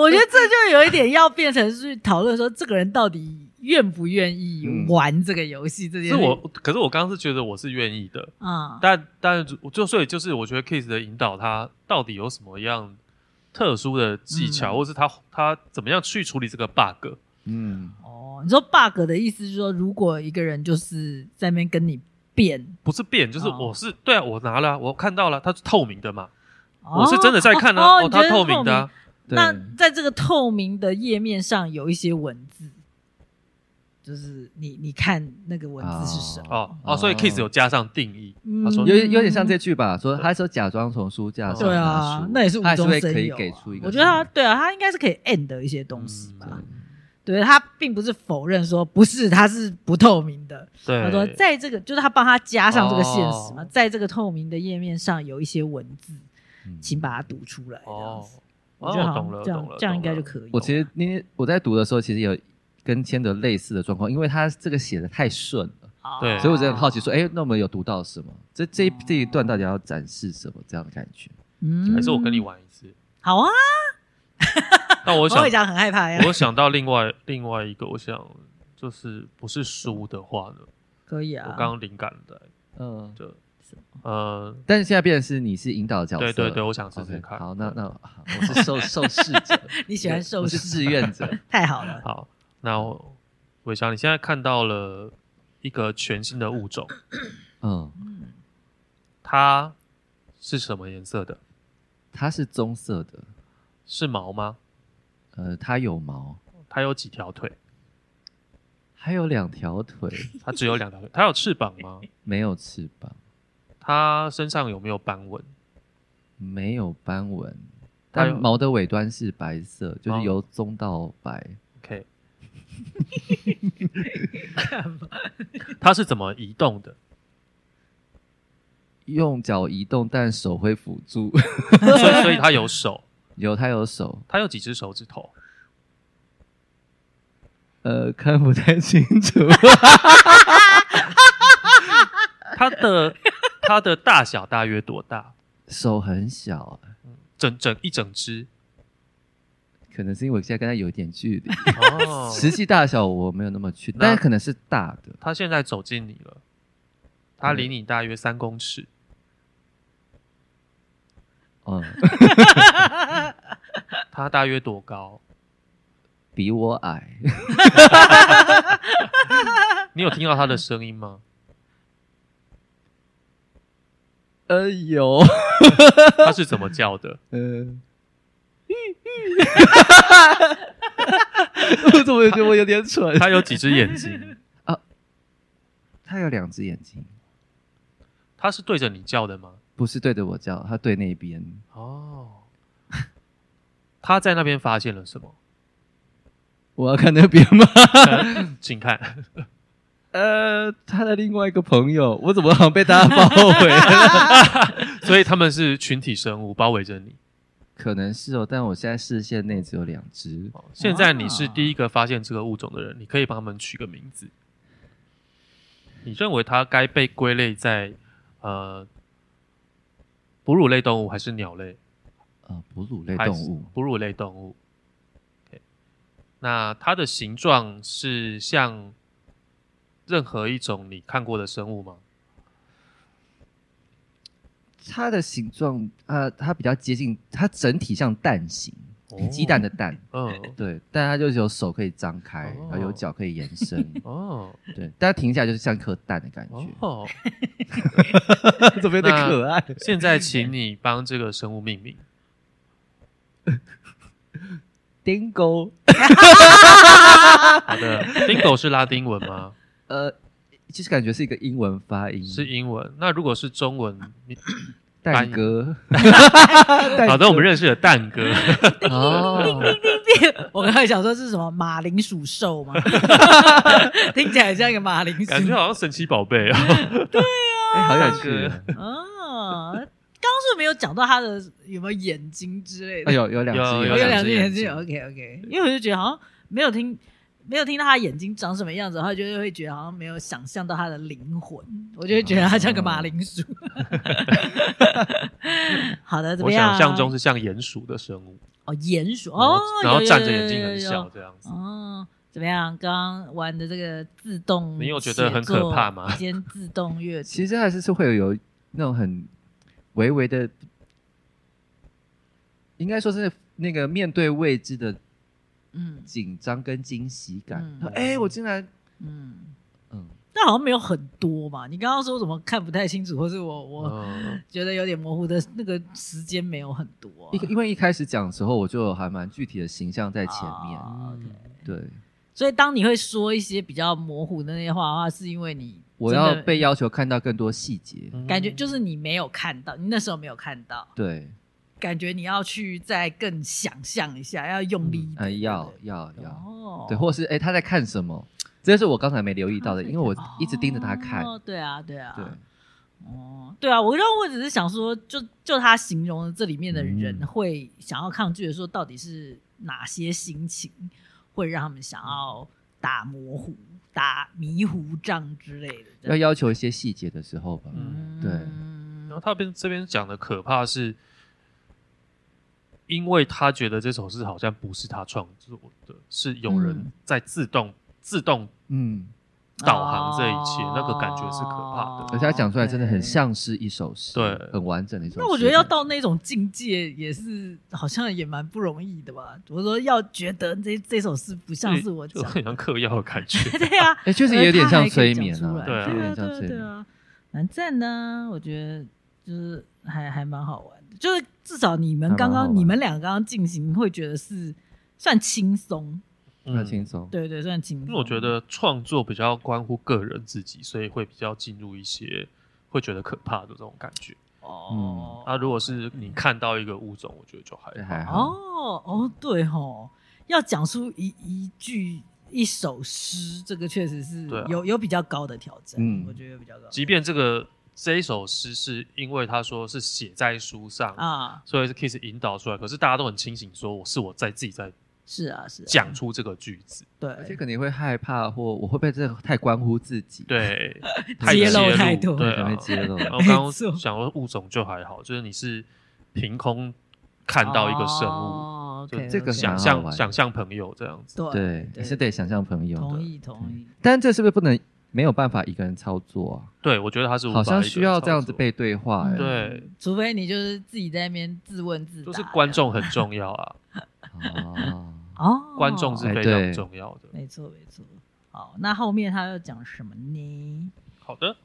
C: 我觉得这就有一点要变成是讨论说，这个人到底愿不愿意
A: 嗯
C: 玩这个游戏这件
B: 是
C: 事。
B: 我，可是我刚刚是觉得我是愿意的，
C: 啊，
B: 但但是就所以就是我觉得 Kiss 的引导他到底有什么样特殊的技
C: 嗯
B: 巧，或是他他怎么样去处理这个 bug？
A: 嗯，
C: 哦，你说 bug 的意思是说，如果一个人就是在那边跟你辩，
B: 不是变，就是
C: 哦
B: 我是、对啊，我拿了啊，我看到了，它是透明的嘛，
C: 哦
B: 我是真的在看啊，
C: 哦，
B: 哦，
C: 你觉
B: 它
C: 得是
B: 透明的、啊，
A: 对，
C: 那在这个透明的页面上有一些文字，就是你你看那个文字是什么？
B: 哦哦，所以
A: 哦
B: Kiss 有加上定义，
C: 嗯
B: 他说
A: 有有点像这句吧，说他说假装从书架上
C: 对
A: 拿
C: 啊
A: 书，，
C: 那也是无
A: 他还是
C: 中
A: 会
C: 生
A: 可以
C: 有、啊。
A: 给出一个。
C: 我觉得他对啊，他应该是可以 end 的一些东西吧。
B: 嗯
C: 对他并不是否认说不是，他是不透明的。
B: 对，
C: 他说在这个就是他帮他加上这个现实嘛，
B: 哦
C: 在这个透明的页面上有一些文字，
A: 嗯
C: 请把它读出来。这样
B: 哦
C: 子，，我
B: 哦
C: 觉得好像
B: 懂了
C: 这
B: 懂
C: 样
B: 了，
C: 这样应该就
B: 懂了
C: 可以了。
A: 我其实那
C: 啊
A: 天我在读的时候，其实有跟千德类似的状况，因为他这个写的太顺了，
B: 对
C: 啊
A: 所以我就很好奇说，哎，那我们有读到什么？这这一这一段到底要展示什么？这样的感觉，
C: 嗯
B: 还是我跟你玩一 次。
C: 好啊，
B: 但我
C: 我
B: 想
C: 会讲很害
A: 哎
C: 怕呀。
B: 我想到另外另外一个，我想就是不是书的话呢，
C: 可以啊，
B: 我刚刚灵感来
A: 嗯。
B: 的，呃，
A: 但是现在变成是你是引导角色
B: 对
A: 了，
B: 对对，我想试
A: OK，
B: 试看。
A: 好，那那好我是受受试者，
C: 你 喜欢受
A: 我是
C: 试，
A: 志愿 者。
C: 太好了。
B: 好，那我伟翔，你现在看到了一个全新的物种，
A: 嗯，
B: 它是什么颜色的？
A: 它是棕色的，
B: 是毛吗？
A: 呃，它有毛，
B: 它有几条腿？
A: 还有两 条腿，
B: 它只有两条腿。它有翅膀吗？
A: 没有翅膀，
B: 它身上有没有斑纹？
A: 没有斑纹，
B: 还
A: 但
B: 有
A: 毛的尾端是白色，就是
B: 哦
A: 由棕到白。
B: OK，它是怎么移动的？
A: 用脚移动，但手会辅助。
B: 所以所以它有手，
A: 有，它有手，
B: 它有几只手指头？
A: 呃，看不太清 楚。
B: 它 的它的大小大约多大？
A: 手很小，
B: 整整一整只？
A: 可能是因为我现在跟它有一点距离，
B: 哦，
A: 实际大小我嗯没有那么去，
B: 那
A: 但可能是大的。
B: 它现在走近你了，它离你大约三公尺。
A: 嗯，
B: 它大约多高？
A: 比我矮，
B: 你有听到它的声音吗？
A: 呃，有，
B: 它是怎么叫的？
A: 呃。 我怎么觉得我有点蠢？
B: 它有几只眼睛？
A: 它有两只眼睛，
B: 它是对着你叫的吗？
A: 不是对着我叫，它对那边。
B: 哦，它在那边发现了 什么？
A: 我要看那边吗？
B: 请看，
A: 呃，他的另外一个朋友，我怎么好像被大家包围了？
B: 所以他们是群体生物，包围着你。
A: 可能是哦，但我现在视线内只有两只。
B: 哦现在你是第一个发现这个物种的人，你可以帮他们取个名字。你认为它该被归类在呃哺乳类动物还是鸟类？
A: 呃，哺乳类
B: 还
A: 动
B: 是
A: 物，
B: 哺乳类动物。OK 那它的形状是像任何一种你看过的生物吗？
A: 它的形状，它它比较接近，它整体像蛋形，哦鸡蛋的蛋。
B: 嗯，
A: 对，但它就是有手可以张开，
B: 哦。
A: 然后有脚可以延伸
B: 哦
A: 对，但它停下来就是像颗蛋的感觉，
B: 哦，
A: 怎么有
B: 点可
A: 爱？
B: 现在请你帮这个生物命名。
A: 丁狗，
B: 好 的，dingo 是拉丁文吗？
A: 呃，就是感觉是一个英文发音，
B: 是英文。那如果是中文，你
A: 蛋 哥。
B: 好的，我们认识了蛋哥。
A: 哦，
C: 我刚才想说是什么马铃薯兽 吗？听起来像一个马铃薯。
B: 感觉好像神奇宝贝哦。
A: 哎，好想去
B: 蛋
A: 哦。
C: 哦，刚刚是没有讲到他的有没有眼睛之类的
A: 哎，，有有两
B: 有
A: 只，
C: 有
B: 有
C: 两只
B: 只
C: 眼
B: 眼
C: 睛。
B: 睛
C: OK OK，因为我就觉得好像没有听。没有听到他眼睛长什么样子，然后就会觉得好像没有想象到他的灵魂，我就会觉得他像个马铃
B: 哦
C: 薯。 好的，怎
B: 我
C: 么样？
B: 想象中是像鼹鼠的生物，
C: 哦，鼹鼠
B: 然后
C: 哦，
B: 然后
C: 有有
B: 站
C: 有
B: 着
C: 有
B: 眼睛很
C: 有有
B: 小这样子。
C: 哦，怎么样？刚刚玩的这个自动，
B: 你有觉得很可怕吗
C: 兼自动阅读，
A: 其实还是是会有那种很微微的，应该说是那个面对未知的
C: 嗯
A: 紧张跟惊喜感
C: 嗯。
A: 哎、我竟然，
C: 嗯，
A: 嗯，
C: 但好像没有很多嘛。你刚刚说怎么看不太清楚，或是我
A: 哦
C: 我
B: 嗯，
C: 觉得有点模糊的那个时间没有很多啊、
A: 一个因为一开始讲的时候，我就有还蛮具体的形象在前面。
C: 哦，OK
A: 对，
C: 所以当你会说一些比较模糊的那些话的话，是因为你
A: 我
C: 真的
A: 要被要求看到更多细节。
B: 嗯
C: 感觉就是你没有看到，你那时候没有看到，
A: 对，
C: 感觉你要去再更想象一下，要用力一点。
A: 呃，要
C: 对不
A: 要
C: 对
A: 要，
C: 哦，
A: 对，或是哎、他在看什么？这是我刚才没留意到的，
C: 他在
A: 因为我
C: 看
A: 一直盯着他看。
C: 哦，对啊，对啊，
A: 对，
C: 哦，对啊，我让我只是想说，就就他形容的这里面的人
A: 嗯
C: 会想要抗拒的时候，到底是哪些心情会让他们想要打模糊、打迷糊仗之类的？这
A: 要
C: 样
A: 要求一些细节的时候吧。
B: 嗯
A: 对
B: 然后他边这边讲的可怕是，因为他觉得这首诗好像不是他创作的，是有人
C: 嗯
B: 在自动自动
A: 嗯，
C: 哦
B: 导航这一切，那个感觉是可怕的。
A: 而且他讲出来真的
C: 哦
A: 很。像是一首诗，
B: 对
A: 很完整的一首诗。
C: 那我觉得要到那种境界，也是好像也蛮不容易的吧。我说要觉得这这首诗不像是我
B: 就
C: 讲
B: 很像嗑药的感觉。
C: 对啊，
A: 哎，确实有点像催眠啊，
B: 对啊
A: 有
C: 对啊，对
A: 点像
C: 啊，
A: 催
C: 对
A: 眠。
C: 啊，蛮赞呢。我觉得就是还还蛮好玩的，就是至少你们刚
A: 还蛮好
C: 刚
A: 玩
C: 你们俩刚刚进行会觉得是算轻松，
A: 很
B: 嗯
A: 轻松。
C: 对对，算轻
B: 因
C: 松。
B: 为我觉得创作比较关乎个人自己，所以会比较进入一些会觉得可怕的这种感觉。
C: 哦
A: 嗯
B: 啊，如果是你看到一个物种，我觉得就还
A: 对哎还好。
C: 哦哦，对吼，要讲出一一句一首诗，这个确实是
B: 对啊
C: 有有比较高的挑战，
A: 嗯
C: 我觉得有比较高
B: 即便这个这一首诗是因为他说是写在书上，
C: 啊，
B: 所以是 Kiss 引导出来，可是大家都很清醒，说我是我在自己在
C: 是啊是啊，
B: 讲出这个句子，
C: 对，
A: 而且肯定会害怕，或我会不会这太关乎自己？，
B: 对，
C: 揭
B: 露
C: 露太多
B: 对
A: 可能会。
B: 啊
A: 揭露。
B: 然后刚 刚
C: 没错
B: 想说物种就还好，就是你是凭空看到一个生物，
C: 哦
B: 就
C: OK，
A: 这
C: OK
A: 个
B: 想
A: 蛮好
B: 象
A: 玩
B: 想象朋友这样子，
C: 对
A: 对，你是得想象朋友
C: 同
A: 的。
C: 意同意，
A: 但这是不是不能没有办法一个人操作
B: 对我觉得他是无
A: 啊？好
B: 法
A: 像
B: 一个
A: 需要
B: 操
A: 这样子
B: 作，
A: 被对话
C: 嗯
A: 哎。
B: 对，
C: 除非你就是自己在那边自问自答，
B: 就是观众很重要啊，
A: 哦，
C: 哦，
B: 观众是
A: 哎
B: 非
A: 对
B: 常重要的。
C: 没错没错。好，那后面他要讲什么呢？
B: 好的，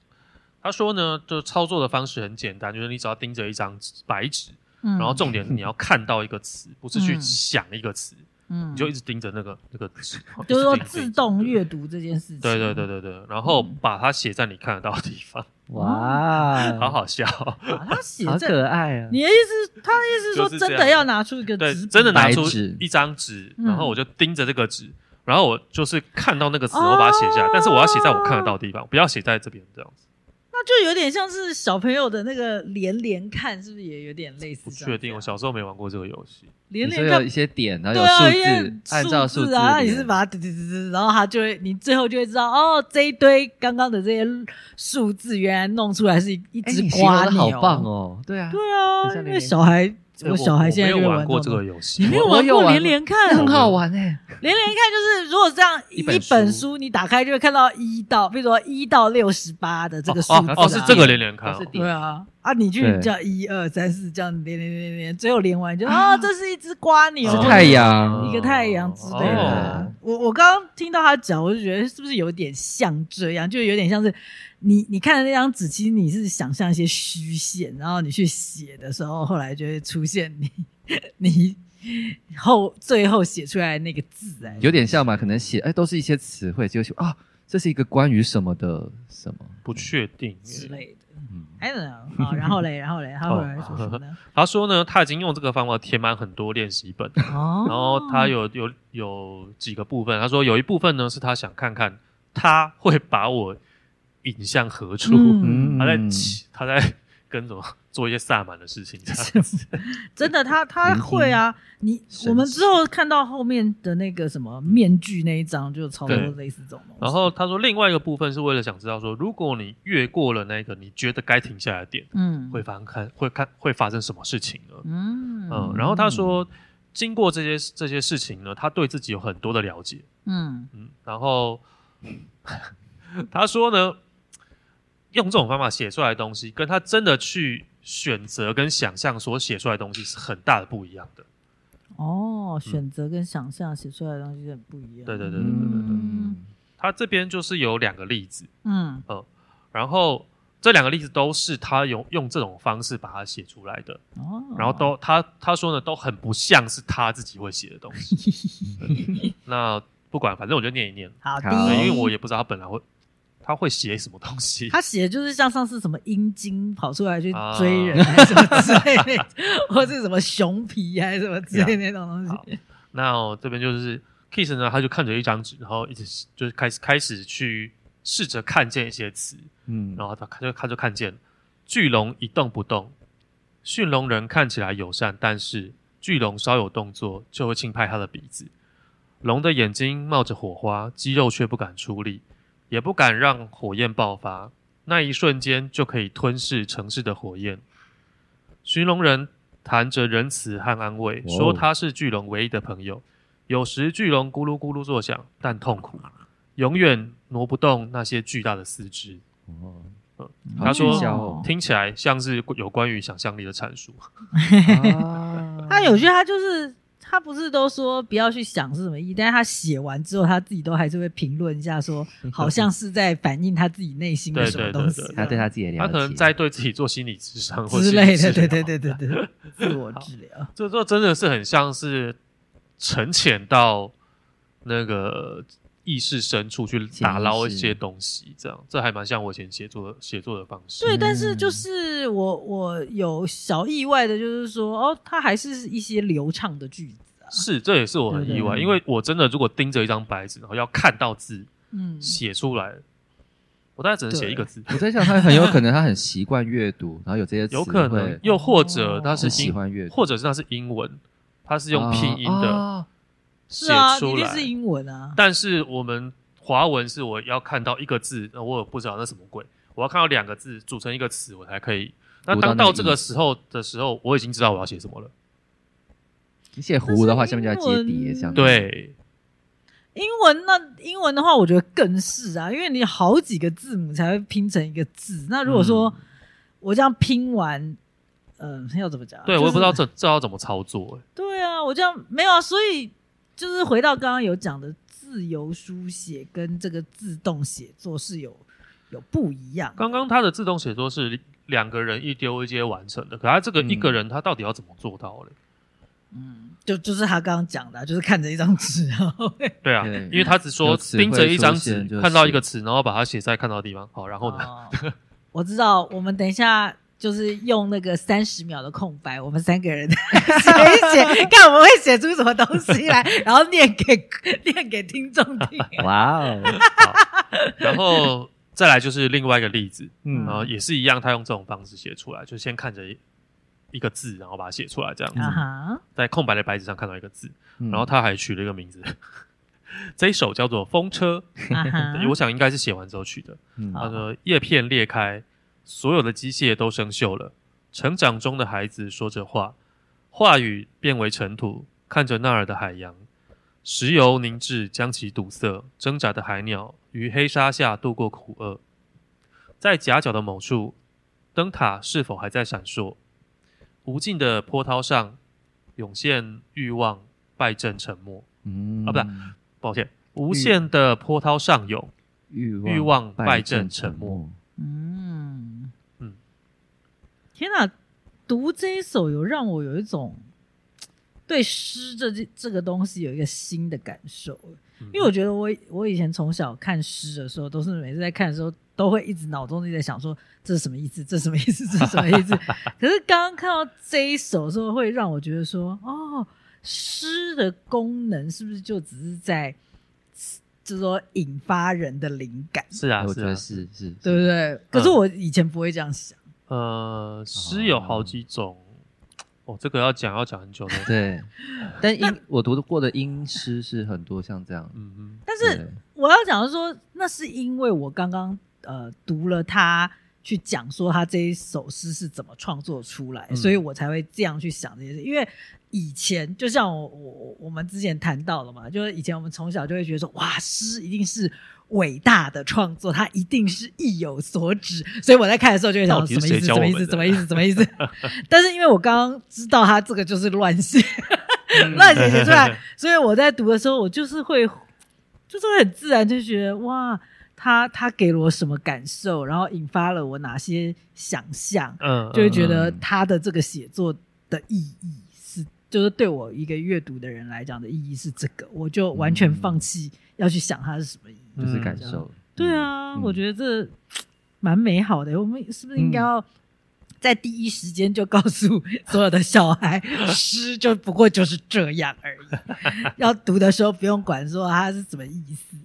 B: 他说呢，就操作的方式很简单，就是你只要盯着一张纸白纸，
C: 嗯，
B: 然后重点是你要看到一个词，不是去
C: 嗯
B: 想一个词，
C: 嗯，
B: 你就一直盯着那个那个纸，
C: 就是说
B: 一直盯着
C: 自动阅读这件事情，
B: 对对对对对，然后
C: 嗯
B: 把它写在你看得到的地方，
A: 哇，
B: 好好笑。哦
C: 啊，他写
A: 好
C: 在
A: 可爱啊！
C: 你的意思，他的意思是说
B: 就是这
C: 真
B: 样
C: 的要拿出一个
B: 对
C: 纸笔，，
B: 真的拿出
A: 白纸
B: 一张纸，
C: 嗯
B: 然后我就盯着这个纸，然后我就是看到那个词，我把它写下
C: 哦
B: 来，但是我要写在我看得到的地方，不要写在这边这样子。
C: 那就有点像是小朋友的那个连连看，是不是也有点类似？
B: 不确
C: 啊
B: 定，我小时候没玩过这个游戏。
C: 连
A: 你说
C: 连
A: 有一
C: 看。
A: 些点，然后
C: 对
A: 有
C: 啊，
A: 数
C: 因为
A: 字，按照
C: 数
A: 字
C: 字啊，
A: 连
C: 你是把它滴滴滴滴，然后它就会，你最后就会知道，哦，这一堆刚刚的这些数字，原来弄出来是一一
A: 哎，
C: 只
A: 你形容
C: 瓜
A: 的好
C: 牛。
A: 棒哦！对啊，
C: 对啊
A: 很，像
C: 因
A: 呃连
C: 为
A: 连
C: 小孩，我小孩现在
B: 我
C: 就
B: 没
C: 会
B: 有
C: 玩
B: 玩过这
C: 种
B: 个游戏，
C: 你没有
A: 我
C: 玩
A: 有
C: 过连
A: 玩过
C: 连
A: 那
C: 看？
A: 很好玩哎。
C: 连连看就是，如果这样
A: 一本
C: 一本
A: 书
C: 书，你打开就会看到一到，比如说一到六十八的这个数字、啊
B: 哦哦是这个连连看
A: 它
B: 哦
A: 是，
C: 对啊，啊，你去
A: 对
C: 这样一二三四这样连连连连，最后连完就啊，这是一只瓜牛，
A: 是
B: 哦
A: 太阳
C: 一个太阳之类的啊、
A: 哦
C: 我我刚刚听到他讲，我就觉得是不是有点像这样，就有点像是你你看的那张纸，其实你是想象一些虚线，然后你去写的时候，后来就会出现你 你后最后写出来那个字哎。
A: 有点像吧？可能写哎，都是一些词汇，就是啊，这是一个关于什么的什么
B: 不确定耶
C: 之类的
A: 嗯，
C: ，I don't know。好，然后嘞，然后嘞，他后来说什么呢？
B: 他说呢，他已经用这个方法填满很多练习本，
C: 哦，
B: 然后他有有有几个部分，他说有一部分呢是他想看看他会把我引向何处，
C: 嗯
B: 他在起他在跟什么做一些萨满的事情，这 样子
C: 真的，他他
A: 聆听
C: 会啊。你
A: 神
C: 我们之后看到后面的那个什么面具那一张，就超多
B: 对
C: 类似这种东西。
B: 然后他说另外一个部分是为了想知道说，如果你越过了那个你觉得该停下来的点，
C: 嗯，
B: 会发生看会看会发生什么事情呢？
C: 嗯
B: 嗯，然后他说，经过这些这些事情呢，他对自己有很多的了解。
C: 嗯
B: 嗯，然后 他说呢，用这种方法写出来的东西，跟他真的去选择跟想象所写出来的东西是很大的不一样的。
C: 哦，选择跟想象写出来的东西很不一样。
B: 对对对对对对 对。
C: 嗯
B: 他这边就是有两个例子，
C: 嗯
B: 然后这两个例子都是他用用这种方式把它写出来的，
C: 哦，
B: 然后都他他说呢都很不像是他自己会写的东西。对那不管，反正我就念一念，
C: 好的，
A: 好
B: 对因为我也不知道他本来会他会写什么东西。
C: 他写的就是像上次什么阴茎跑出来去
B: 啊
C: 追人，还是什么之类的，或是什么熊皮还是什么之类那种东
B: 好
C: 西。
B: 那我这边就是 Kiss 呢，他就看着一张纸，然后一直就是开始开始去试着看见一些词，
A: 嗯
B: 然后他他就他就看见巨龙一动不动，驯龙人看起来友善，但是巨龙稍有动作就会轻拍他的鼻子。龙的眼睛冒着火花，肌肉却不敢出力，也不敢让火焰爆发。那一瞬间就可以吞噬城市的火焰。寻龙人谈着仁慈和安慰，
A: 哦
B: 说他是巨龙唯一的朋友。有时巨龙咕噜咕噜作响，但痛苦，永远挪不动那些巨大的四肢。
A: 哦
B: 他说
A: 好聚焦哦
B: 听起来像是有关于想象力的阐述。
A: 啊
C: 他有些他就是他不是都说不要去想是什么意，但是他写完之后，他自己都还是会评论一下 说，好像是在反映他自己内心的
B: 对
C: 什么
B: 对
C: 东
B: 对
C: 西
B: 对。
A: 他对他自己的了
B: 他
A: 解，
B: 可能在对自己做心理智商或
C: 之
B: 心理
C: 类
B: 治
C: 的，对
B: 疗
C: 对对对对，对自我治疗。
B: 这这真的是很像是沉潜到那个意识深处去
A: 识
B: 打捞一些东西，这样这还蛮像我以前写作的写作的方式。
C: 对，
A: 嗯
C: 但是就是我我有小意外的，就是说哦，它还是一些流畅的句子啊，
B: 是，这也是我很意外，
A: 对对
B: 因为我真的如果盯着一张白纸，然后要看到字
C: 嗯，
B: 写出来，我大概只能写一个字，
A: 我在想，他很有可能他很习惯阅读，然后有这些词
B: 有可能
A: 汇，哦
B: 又或者它是
A: 是喜
B: 英，
A: 欢阅读，
B: 或者是它是英文，它是用拼音的
A: 啊
B: 写
C: 是啊，一
B: 出
C: 定
B: 来，
C: 是英文啊，
B: 但是我们华文是我要看到一个字，呃我也不知道那什么鬼，我要看到两个字组成一个词，我才可以。那
A: 读到
B: 当
A: 那个
B: 到这
A: 意
B: 个
A: 思
B: 时候的时候，我已经知道我要写什么了。
A: 你写胡的话，
C: 但是
A: 下面
C: 英
A: 就要
C: 文
A: 接底，这样子，
B: 对，
C: 英文那英文的话，我觉得更是啊，因为你好几个字母才会拼成一个字，那如果说
B: 嗯
C: 我这样拼完，嗯、要怎么讲啊？
B: 对
C: 就
B: 我也不知道
C: 是
B: 这这要怎么操作、欸
C: 对啊，我这样没有啊，所以就是回到刚刚有讲的自由书写跟这个自动写作是有有不一样的。
B: 刚刚他的自动写作是两个人一丢一接完成的，可他这个
A: 嗯
B: 一个人他到底要怎么做到欸嘞？
C: 嗯，就就是他刚刚讲的啊、就是看着一张纸， 然后会
B: 对啊，
A: 对
B: 因为他只说
A: 嗯有词汇
B: 盯着一张
A: 出
B: 纸
A: 现就是
B: 看到一个词，然后把它写在看到的地方。好，然后呢？
C: 哦我知道，我们等一下就是用那个三十秒的空白，我们三个 人写一写，看我们会写出什么东西来，然后念给念给听众听。
A: 哇哦，
B: 然后再来就是另外一个例子，
A: 嗯
B: 然后也是一样，他用这种方式写出来，就先看着一一个字，然后把它写出来，这样 子，
C: 啊哈，
B: 在空白的白纸上看到一个字，
A: 嗯
B: 然后他还取了一个名字， 这一首叫做《风车
C: 啊哈》，
B: 我想应该是写完之后取的。
A: 嗯
B: 他说：“叶片裂开，所有的机械都生锈了。成长中的孩子说着话，话语变为尘土，看着那儿的海洋，石油凝滞将其堵塞。挣扎的海鸟于黑沙下度过苦厄。在夹角的某处，灯塔是否还在闪烁？无尽的波涛上，涌现欲望，败阵沉默。
A: 嗯
B: 啊不是抱歉，无限的波涛上涌。”
A: 欲
B: 欲望败
A: 阵
B: 阵沉默，
C: 嗯
B: 嗯
C: 天哪，读这一首有让我有一种对诗这这这个东西有一个新的感受，
B: 嗯
C: 因为我觉得我我以前从小看诗的时候，都是每次在看的时候，都会一直脑中一直在想说这是什么意思，这是什么意思，这是什么意思。可是刚刚看到这一首的时候，会让我觉得说，哦，诗的功能是不是就只是在，就是说引发人的灵感，
B: 是啊，
A: 我
B: 是
A: 觉
B: 啊
A: 得是是，
C: 对不
B: 嗯
C: 对？可是我以前不会这样想。
B: 呃，诗有好几种，哦，这个要讲要讲很久的。
A: 对。但英我读过的英诗是很多像这样，
B: 嗯哼，
C: 但
A: 对
C: 是我要讲的说，那是因为我刚刚呃读了他去讲说他这一首诗是怎么创作出来，
B: 嗯
C: 所以我才会这样去想这件事。因为以前就像我我我我们之前谈到了嘛，就是以前我们从小就会觉得说，哇，诗一定是。伟大的创作，它一定是意有所指，所以我在看的时候就会想
B: 到底
C: 什
B: 是
C: 么意思？
B: 谁教
C: 什么意
B: 我
C: 思？
B: 们的
C: 什么意思？什么意思？但是因为我刚刚知道他这个就是乱写，
A: 嗯
C: 乱写写出 来，所以我在读的时候，我就是会，就是会很自然就觉得哇，他他给了我什么感受，然后引发了我哪些想象，
B: 嗯，
C: 就会觉得
A: 嗯
C: 他的这个写作的意义是，就是对我一个阅读的人来讲的意义是这个，我就完全
A: 嗯
C: 放弃要去想它是什么意义。
A: 就是感受。
C: 对啊，
A: 嗯
C: 我觉得这蛮美好的。我们是不是应
B: 嗯
C: 该要在第一时间就告诉所有的小 孩，诗就不过就是这样而已。 要读的时候不用管说它是什么意思，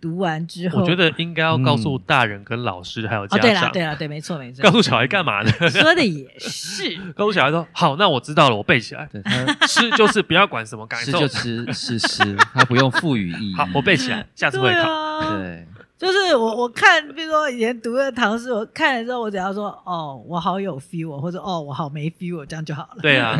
C: 读完之后，
B: 我觉得应该要告诉
A: 嗯
B: 大人跟老师还有
C: 哦，
B: 家
C: 对了，
B: 长，
C: 对了，对，没错，没错
B: 告，诉小孩干嘛呢？
C: 说的也 是。
B: 告诉小孩说，好，那我知道了，我背起 来。
A: 嗯对他
B: 诗就是不要管什么 感
A: 吃
B: 受
A: 就，吃是诗，他不用赋予意义。
B: 好，我背起来，下次会
C: 对
B: 考。
C: 啊，
A: 对，
C: 就是我我看，比如说以前读的唐诗，我看了之后，我只要说哦，我好有 feel，哦或者哦，我好没 feel，哦这样就好了。
B: 对啊，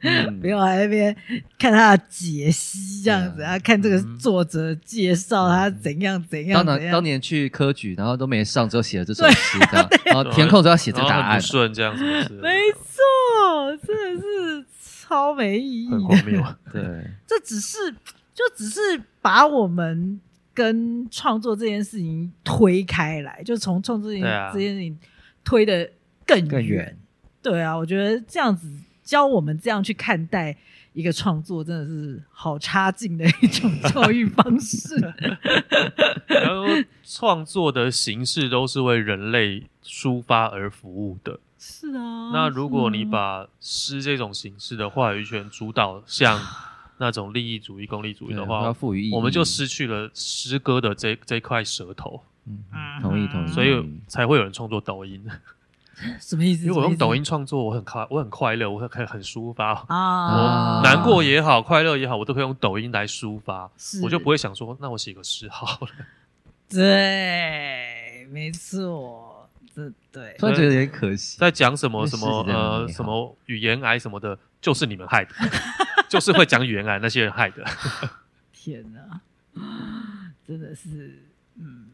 A: 嗯
C: 不用还在那边看他的解析这样子
A: 嗯
C: 啊，看这个作者介绍他怎样怎样
A: 当
C: 怎
A: 年当
C: 样。
A: 年去科举，然后都没上，之后写了这首诗，这样，然后填空都要写这个答
B: 然后很
A: 案
B: 不。顺这样子，
C: 没错，真的是超没意义
B: 很
C: 的。
B: 荒谬。
A: 对，
C: 这只是就只是把我们跟创作这件事情推开来，就从创作这件
B: 对啊
C: 这件事情推的更
A: 更远。
C: 对啊，我觉得这样子教我们这样去看待一个创作真的是好差劲的一种教育方式。啊
B: 然后创作的形式都是为人类抒发而服务的。
C: 是啊，
B: 那如果你
C: 是啊
B: 把诗这种形式的话语权 主导向那种利益主义、功利主义的
A: 要
B: 话，
A: 赋予意义，
B: 我们就失去了诗歌的这这块舌头，
A: 嗯
C: 嗯
A: 同意同意，
B: 所以才会有人创作抖音。
C: 什么意 思？
B: 如果
C: 什么意
B: 用
C: 思
B: 抖音创作，我很快，我很快乐，我很很抒发，
C: 啊，
B: 难过也好，快乐也好，我都可以用抖音来抒发，
C: 是
B: 我就不会想说，那我写个诗好了。
C: 对，没错，这对
A: 突然觉得有点可惜。
B: 在讲什么什么
A: 因为诗是这样的
B: 呃
A: 美好
B: 什么语言癌什么的，就是你们害的， 就是会讲语言癌那些人害的。
C: 天哪，真的是，嗯，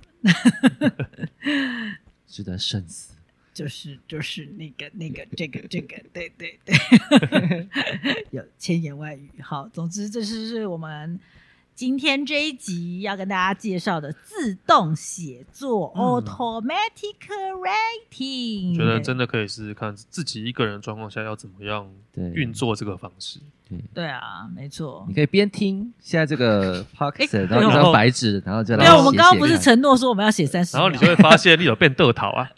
A: 值得深思。
C: 就是就是那个那个 这个这个，对对对， 有千言万语。好，总之这就是我们今天这一集要跟大家介绍的自动写作、
B: 嗯
C: （automatic writing）。
B: 觉得真的可以试试看自己一个人的状况下要怎么样
A: 对
B: 运作这个方式。
C: 对啊，没错
A: 你。可以边听现在这 个 p o c k e t 然
B: 然
A: 后
B: 后
A: 一张白纸，然后就来
C: 哎没
A: 写写看。
C: 有，我们刚刚不是承诺说我们要写三十，
B: 然后你就会发现你有变得逃啊，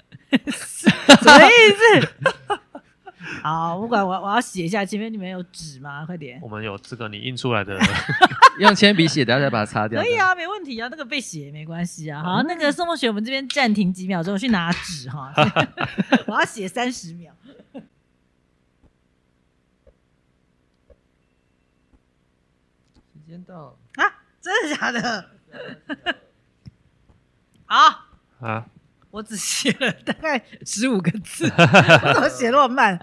C: 什么意思？ 好，不管我我要写一下，前面你们有纸吗？快点
B: 我，们有这个你印出来的
A: 用铅笔写，等下再把它擦掉。
C: 可以啊，没问题啊，那个被写也没关系啊。好，那个宋梦雪，我们这边暂停几秒钟，我去拿纸哈，我要写三十秒。
A: 时间到，
C: 啊，真的假的？ 好，
B: 啊，
C: 我只写了大概十五个字，我怎么写那么慢？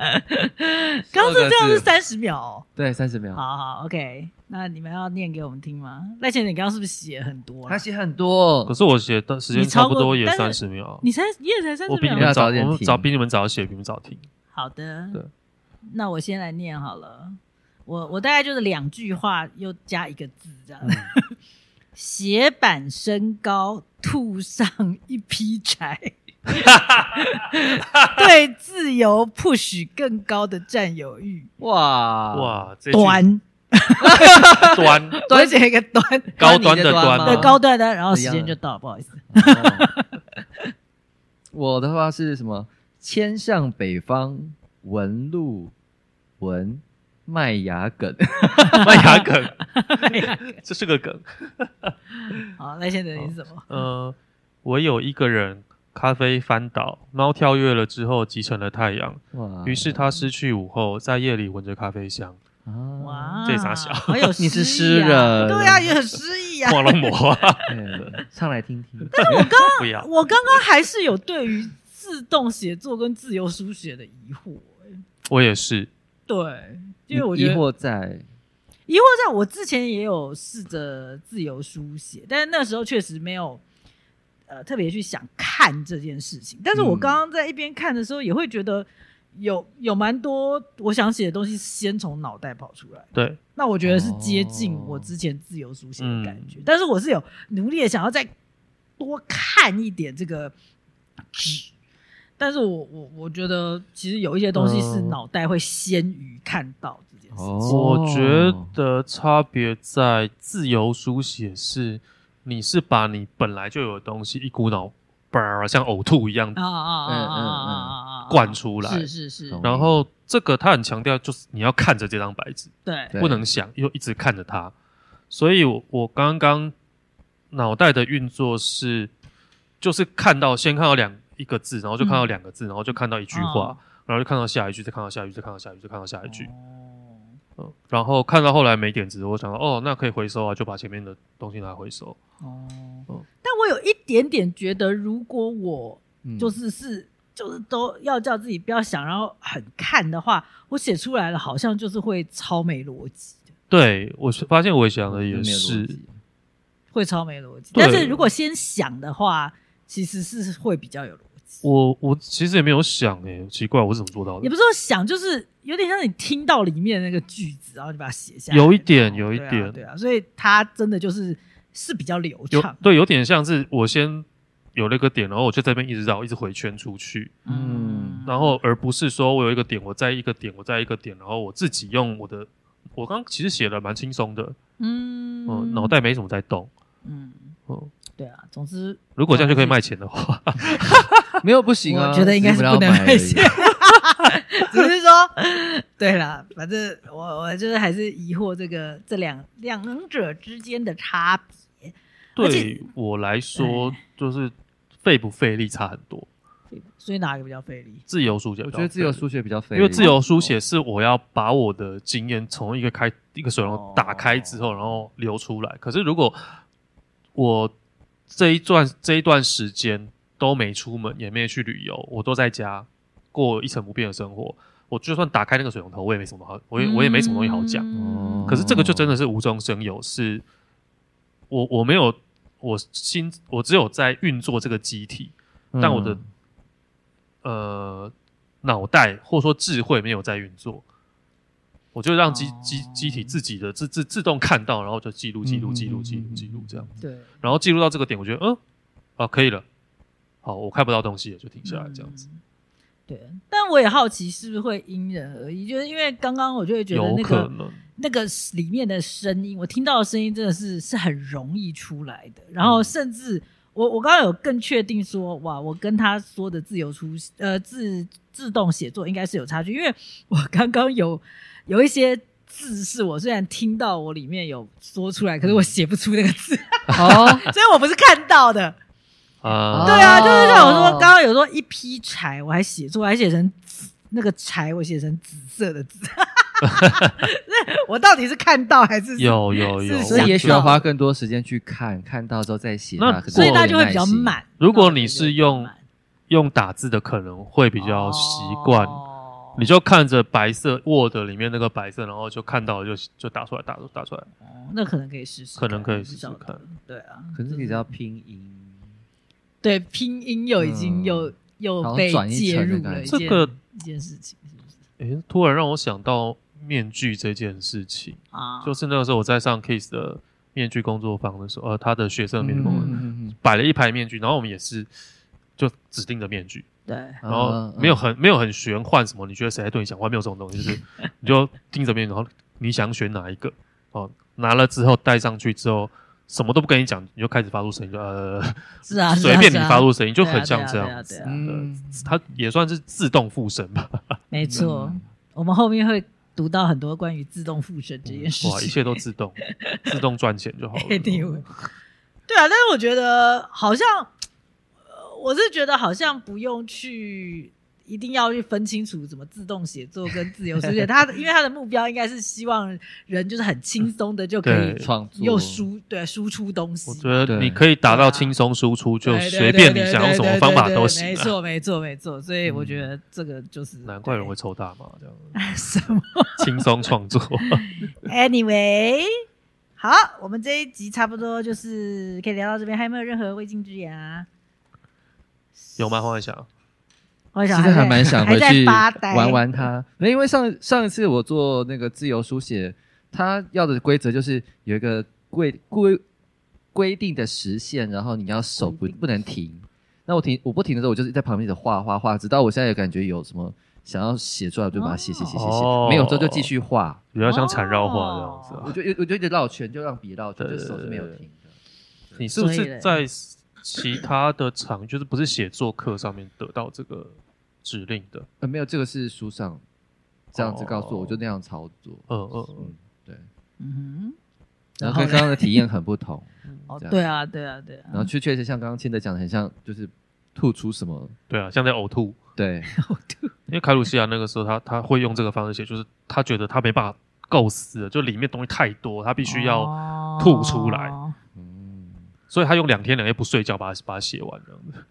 C: 刚刚是这样是三十秒哦、
A: 对，三十秒。
C: 好好，OK，那你们要念给我们听吗？赖倩，你刚刚是不是写很多啊
A: 他
C: 了？
A: 写很多
B: 可，是我写的时间
C: 你超
B: 差
C: 过
B: 不多也
C: 但
B: 三
C: 是
B: 十秒，啊
C: 你才你也才三
B: 我
C: 十
B: 比你
C: 秒
A: 要，
B: 们早，
A: 早
B: 我
A: 点
B: 们
A: 停
B: 早比你们早写，比你们早听。
C: 好的，
B: 对
C: 那我先来念好了。我我大概就是两句话，又加一个字这样。
A: 嗯
C: 斜板升高，吐上一劈柴， 对自由 push 更高的占有欲。啊
A: 哇，
B: 哇，这句
C: 端，
B: 端，
C: 端写一个 端，
B: 高端的
A: 端
B: 端
A: 吗
C: 对
B: 嘛
C: 高端的，然后
A: 啊一
C: 时
A: 样
C: 间就
A: 的
C: 到，不好意思。
A: 哦 我的话是什么？千上北方纹路纹麦芽 梗，
B: 麦芽 梗，这是个梗。
C: 好，那现在你是什么？
B: 呃，我有一个人，咖啡翻倒，猫跳跃了之后击成了太阳，
C: 啊
A: 哇！
B: 于是他失去午后，在夜里闻着咖啡 香，
A: 啊，
C: 哇，
B: 这啥小
C: 好有
A: 你是
C: 诗意啊
A: 诗人
C: 对呀，也很诗意啊。
B: 画龙魔，
A: 对上哎来听听。
B: 不要。
C: 我刚刚还是有对于自动写作跟自由书写的疑惑、欸
B: 我也是，
C: 对，
A: 你
C: 因为我 觉得
A: 疑惑在
C: 疑惑在我之前也有试着自由书写，但是那时候确实没有呃特别去想看这件事情。但是我
A: 嗯
C: 刚刚在一边看的时候，也会觉得有有蛮多我想写的东西先从脑袋跑出来。
B: 对，
C: 那我觉得是接近
A: 哦
C: 我之前自由书写的感觉，
B: 嗯
C: 但是我是有努力的想要再多看一点这个纸，但是我我我觉得其实有一些东西是
B: 嗯哦
C: 脑袋会先于看到这件事情，
B: 我觉得差别在自由书写是，你是把你本来就有的东西一股脑，叭像呕吐一样
C: 啊啊啊啊啊啊啊，
B: 嗯灌出来，
C: 是是是，
A: 懂
B: 然后这个他很强调，就是你要看着这张白纸，
C: 对哦
A: 对
B: 不能想，又一直看着它。所以我，我刚刚脑袋的运作是，就是看到先看到两一个字，然后就看到两个字，然后就看到一句话，
C: 哦
B: 然后就看到下一句，再看到下一句，再看到下一句，再看到下一句。
C: 哦
B: 嗯，然后看到后来没点子，我想到哦，那可以回收啊，就把前面的东西拿回收。
C: 哦
B: 哦，
C: 但我有一点点觉得，如果我
A: 嗯
C: 就是是就是都要叫自己不要想，然后很看的话，我写出来了好像就是会超没逻辑的，
B: 对我是发现我想的
A: 嗯没有
B: 也
A: 逻
B: 是，
A: 辑
C: 会超没逻辑。
B: 对
C: 但是如果先想的话，其实是会比较有逻辑。
B: 我我其实也没有想诶、奇怪，我是怎么做到
C: 也
B: 的
C: 不？是说想，就是有点像你听到里面那个句子，然后你把它写下来。
B: 有一点
C: 然后
B: 有一
C: 对啊
B: 点
C: 对啊，所以它真的就是是比较流
B: 有
C: 畅。
B: 对，有点像是我先有了一个点，然后我就在那边一直绕，一直回圈出去，
A: 嗯
B: 然后而不是说我有一个点，我在一个点，我在一个点，然后我自己用我的我刚其实写的蛮轻松的，
C: 嗯
B: 嗯，脑袋没怎么在动，
C: 嗯，
B: 嗯，
C: 对啊，总之
B: 如果这样就可以卖钱的话，
A: 没有不行啊，
C: 我觉得应该是
A: 你们要
C: 不能
A: 买而
C: 卖
A: 已
C: 钱。 只是说， 对了，反正我我就是还是疑惑这个这两两者之间的差别。而且
B: 对我来说就是费不费力差很多。
C: 所以哪个比较费力？
B: 自由书写，
A: 我觉得自由，书写比较费
B: 因
A: 力，
B: 为自由书写是我要把我的经验从一个开一个水龙头打开之后，然后流出来。可是如果我这一段这一段时间都没出门，也没去旅游，我都在家过一成不变的生活，我就算打开那个水龙头，我也没什么好，我也我也没什么东西好讲。
C: 嗯
A: 哦
B: 可是这个就真的是无中生有，是我我没有我心我只有在运作这个机体，
A: 嗯，
B: 但我的呃脑袋或者说智慧没有在运作，我就让机
C: 哦
B: 机机体自己的自自自动看到，然后就记录记录
A: 嗯
B: 记录
A: 嗯
B: 记录
A: 嗯
B: 记录这样，
C: 对，
B: 然后记录到这个点，我觉得嗯啊可以了，好我看不到东西了就停下来啊这样子，
C: 嗯。对，但我也好奇是不是会因人而异，就是因为刚刚我就会觉得
B: 有
C: 那
B: 可
C: 个
B: 能
C: 那个里面的声音，我听到的声音真的是是很容易出来的。然后甚至我我刚刚有更确定说，哇，我跟他说的自由出呃自自动写作应该是有差距，因为我刚刚有 有一些。字是我虽然听到我里面有说出来，可是我写不出那个字，
A: 哦，
C: 所以我不是看到的。
B: 啊
C: 对啊，
A: 哦
C: 就是像我说，刚刚有说一劈柴，我还写错，我还写成紫那个柴，我写成紫色的紫。 我到底是看到还是？
B: 有有有，
C: 是
A: 所
B: 我
A: 以也许
B: 觉得
A: 要花更多时间去看，看到之后再写
B: 那
A: 它，可能
C: 所以
A: 会
C: 大家
A: 有
C: 就会
A: 点
C: 比较
A: 耐心。
C: 慢。
B: 如果你是用用打字的可能会比较习惯。
C: 哦
B: 你就看着白色 Word 里面那个白色，然后就看到了就就打出来，打出打出来。
C: 哦那可能可以试试看，
B: 可能可以试试
C: 不晓得
B: 看。
C: 对啊，
A: 可是
C: 就
A: 你只要拼音，
C: 对拼音又已经
A: 嗯
C: 又又
A: 好像
C: 被
A: 转一
C: 介
A: 层的
C: 入
A: 感
C: 了一
A: 觉
C: 件
B: 这个
C: 一件事情，是不是
B: 诶，突然让我想到面具这件事情，
C: 啊？
B: 就是那个时候我在上 Kiss 的面具工作坊的时候，呃，他的学生面具工作坊
C: 嗯
A: 嗯，
B: 摆了一排面具，然后我们也是就指定的面具，
C: 对，
A: 然
C: 嗯
B: 然后
A: 嗯
B: 没有很没有很玄幻什么，你觉得谁在对你讲话没有这种东西，就是 你就盯着面具，然后你想选哪一个哦，拿了之后戴上去之后。什么都不跟你讲，你就开始发出声音，就呃，
C: 是啊，是
B: 随
C: 啊
B: 便你
C: 是啊
B: 发出声音，就
C: 对啊
B: 很像
C: 对啊
B: 这
C: 对啊对
B: 样子。
C: 啊
A: 嗯
B: 它也算是自动附身吧。
C: 没错。
A: 嗯
C: 我们后面会读到很多关于自动附身这件事
B: 嗯哇，一
C: 情。
B: 切都自动，自动赚钱就好 了。哦
C: Anyway 对啊，但是我觉得好像，呃我是觉得好像不用去。一定要去分清楚怎么自动写作跟自由书 写，他因为他的目标应该是希望人就是很轻松的就可以
B: 嗯对
A: 创作
C: 又输对输出东西
B: 我，觉得你可以达到轻松输出，就
C: 啊对对
B: 随便你
C: 对对
B: 想用什
C: 对
B: 么
C: 对
B: 方法
C: 对
B: 都
C: 对
B: 行
C: 没
B: 啊。嗯
C: 错，没错，没错。所以我觉得这个就是
B: 难怪人会抽大麻，这样
C: 什么。
B: 轻松创作。
C: Anyway，好，我们这一集差不多就是可以聊到这边，还有没有任何未尽之言啊？
B: 有吗？黄伟翔，
C: 我想
A: 其实
C: 在
A: 还蛮想回
C: 还在
A: 去
C: 发呆
A: 玩玩它。没，因为上上一次我做那个自由书写，它要的规则就是有一个规规规定的时限，然后你要手不
C: 规定
A: 不能停。那我停我不停的时候，我就是在旁边一直画画画，直到我现在有感觉有什么想要写出来，我就把它写写写写
B: 哦
A: 写，没有之后就继续画。
B: 比较像缠绕画这样子
A: 我
C: 哦
B: 啊。
A: 就我就一直绕圈，就让笔绕圈，
B: 对
A: 就
B: 对
A: 手是没有
B: 对
A: 停的。
B: 你是不
C: 所以嘞
B: 是在其他的场，就是不是写作课上面得到这个指令的？
A: 呃，没有，这个是书上这样子告诉我，
B: 哦
A: 我就那样操作。
B: 嗯嗯嗯
A: 嗯，对。
C: 嗯
A: 然
C: 然后
A: 后跟
C: 嘞
A: 刚刚的体验很不同，
C: 哼，哦
A: 这，样
C: 对啊，对啊，对啊
A: 然，后确确实像刚刚千德讲的，很像就是吐出什 么，
B: 对啊，像在呕吐。
A: 对，
B: 因为凯鲁西亚那个时候他，他会用这个方式写，就是他觉得他没办法构思了，就里面东西太多，他必须要，吐出来
C: 哦
A: 嗯。
B: 所以他用两天两夜不睡觉把它把它写完这样子。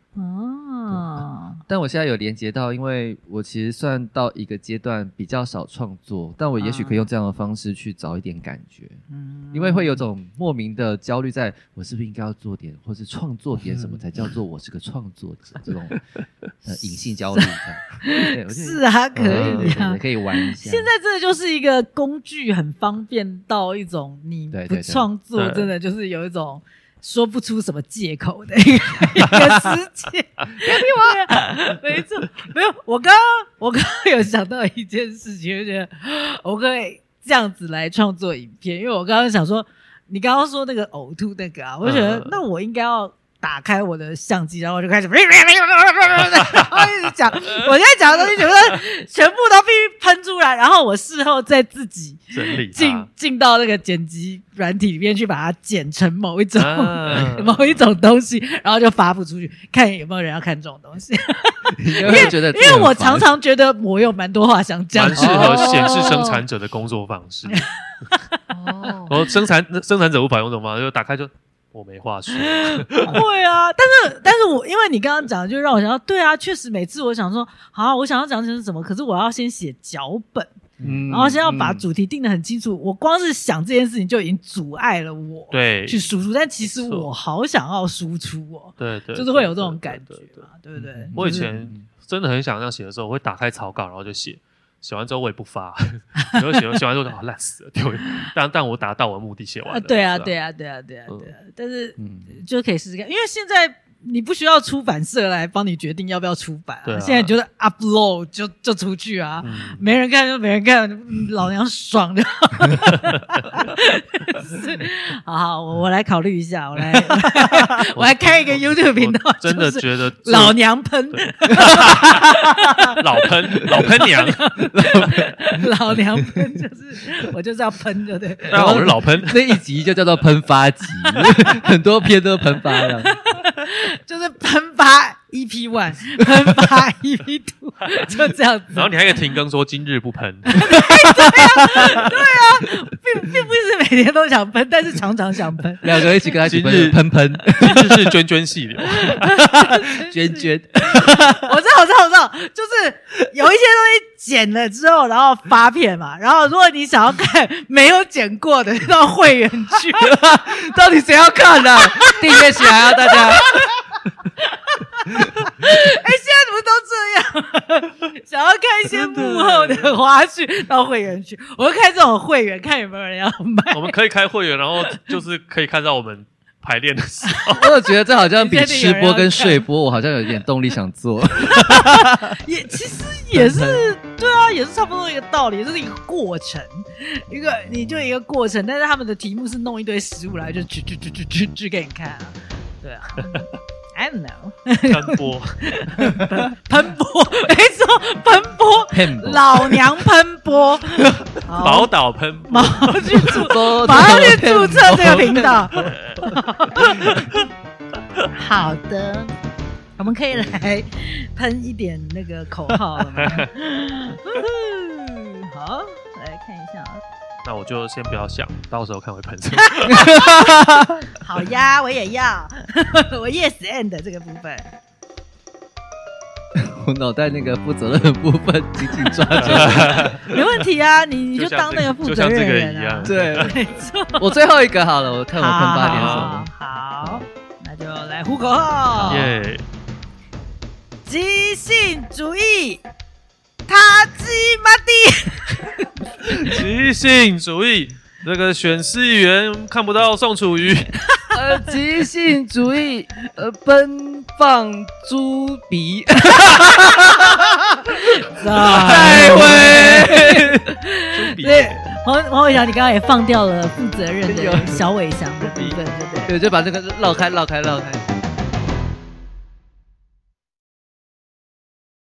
C: 哦，
A: 但我现在有连接到，因为我其实算到一个阶段比较少创作，但我也许可以用这样的方式去找一点感觉，
C: 啊嗯
A: 因为会有种莫名的焦虑，在我是不是应该要做点，或是创作点 什么才叫做我是个创作者这种呃隐性焦虑， 这样对，我就是
C: 啊，可
A: 嗯对
C: 以
A: 对
C: 啊
A: 对。可以玩一下。
C: 现在真的就是一个工具，很方便到一种你
A: 对
C: 不
A: 对对
C: 创作，
B: 对
C: 真的就是有一种说不出什么借口的一 个一个世界。 我，没错，没有。我刚刚我刚刚有想到一件事情，就觉得我可以。这样子来创作影片，因为我刚刚想说，你刚刚说那个呕吐那个啊，我就觉得、
B: 嗯
C: 那我应该要打开我的相机，然后我就开始， 然后一直讲，我现在讲的东西全部都全部都必须喷出来，然后我事后再自己
B: 整理
C: 进
B: 它。
C: 进到那个剪辑软体里面去把它剪成某一种、
B: 啊
C: 某一种东西，然后就发布出去，看有没有人要看这种东西。
A: 因为觉得
C: 因为我常常觉得我有蛮多话想讲
B: 蛮
C: 的，
B: 适合显示生产者的工作方式。
A: 哦
B: 然后生产生产者无法用这种方式，就打开就我没话说。
C: 会啊，但是但是我因为你刚刚讲，的，就让我想到，对啊，确实每次我想说，好、啊我想要讲成什么，可是我要先写脚本，
A: 嗯
C: 然后先要把主题定得很清楚。我光是想这件事情就已经阻碍了我
B: 嗯对
C: 去输出，但其实
B: 没错
C: 我好想要输出哦，
B: 对对，
C: 就是会有这种感觉啊
B: 对对对对
C: 嘛，对不对
A: 嗯？
B: 我以
C: 就是
B: 前真的很想这样写的时候，我会打开草稿，然后就写。写完之后我也不发， 然后写完写完之后就好哦烂死了，丢。但但我达到我的目的，写完
C: 啊，
B: 了。
C: 对啊，
B: 是吧
C: 对啊，对啊，对啊，对啊，但是
A: 嗯
C: 就可以试试看，因为现在你不需要出版社来帮你决定要不要出版、
B: 对啊
C: 现在你觉得 upload 就就出去啊。
B: 嗯
C: 没人看就没人看，嗯老娘爽的。 是好好，我我来考虑一下，我 来，我来开一个 YouTube 频道
B: 我，真的
C: 就是
B: 觉得做
C: 老娘喷，
B: 老喷老喷娘，
C: 老娘喷，就是我就是要喷，对不对？
B: 大家好，我是老喷。
A: 那一集就叫做喷发集，很多篇都是喷发的。。
C: 就是喷发 EP one，喷 发 EP two，就 这样子。
B: 然后你还可以停更说今日不喷，
C: 并并不是每天都想喷，但是常常想喷
A: 两个一起跟他一起
B: 今日
A: 喷喷喷
B: 今日是涓涓细流。
A: 娟娟，
C: 我知道，我知道，我知道，就是有一些东西剪了之后，然后发片嘛。然后如果你想要看没有剪过的，到会员区，
A: 到底谁要看呢、 订阅起来啊，大家！
C: 哎，现在怎么都这样？ 想要看一些幕后的花絮，到会员区，我就看这种会员，看有没有人要买。
B: 我们可以开会员，然后就是可以看到我们排练的时候。
A: 我有觉得这好像比吃播跟睡播，我好像有点动力想做。
C: 也其实也是对啊，也是差不多一个道理，这是一个过程，一个你就一个过程，但是他们的题目是弄一堆食物来就吃吃吃吃吃吃给你看啊，对啊。I don't know，
B: 看播，
C: 喷波，没错，喷波，
A: 骗我
C: 老娘喷波，
B: 宝
C: 好，
B: 岛喷，
C: 马上去注，
A: 都
C: 马上去注册这个频道。 好的，我们可以来喷一点那个口号了 吗？嗯好，来看一下啊。
B: 那我就先不要想，到时候看会喷什么。
C: 好呀，我也要， 我 yes and 这个部分。
A: 我脑袋那个负责任的部分紧紧抓着。
C: 没问题啊，你你就
B: 像
C: 当那个
B: 这
C: 负
B: 就
C: 责
B: 像这个
C: 任
B: 一
C: 人啊
B: 样，。
A: 对，
C: 没错。
A: 我最后一个好了，我看我喷
C: 好
A: 发点什
C: 好
A: 么。
C: 好，那就来呼口号。
B: 耶，
C: 即性主义，他鸡妈的！
B: 即兴主义。这个选市议员看不到宋楚瑜，
A: 呃，即兴主义，呃，奔放猪鼻，哎
C: 再
A: 会。
B: 朱比
C: 对，哎黄黄伟翔，你刚刚也放掉了负责任的小伟翔的部分，对不对？
A: 对，就把这个绕开，绕开，绕开。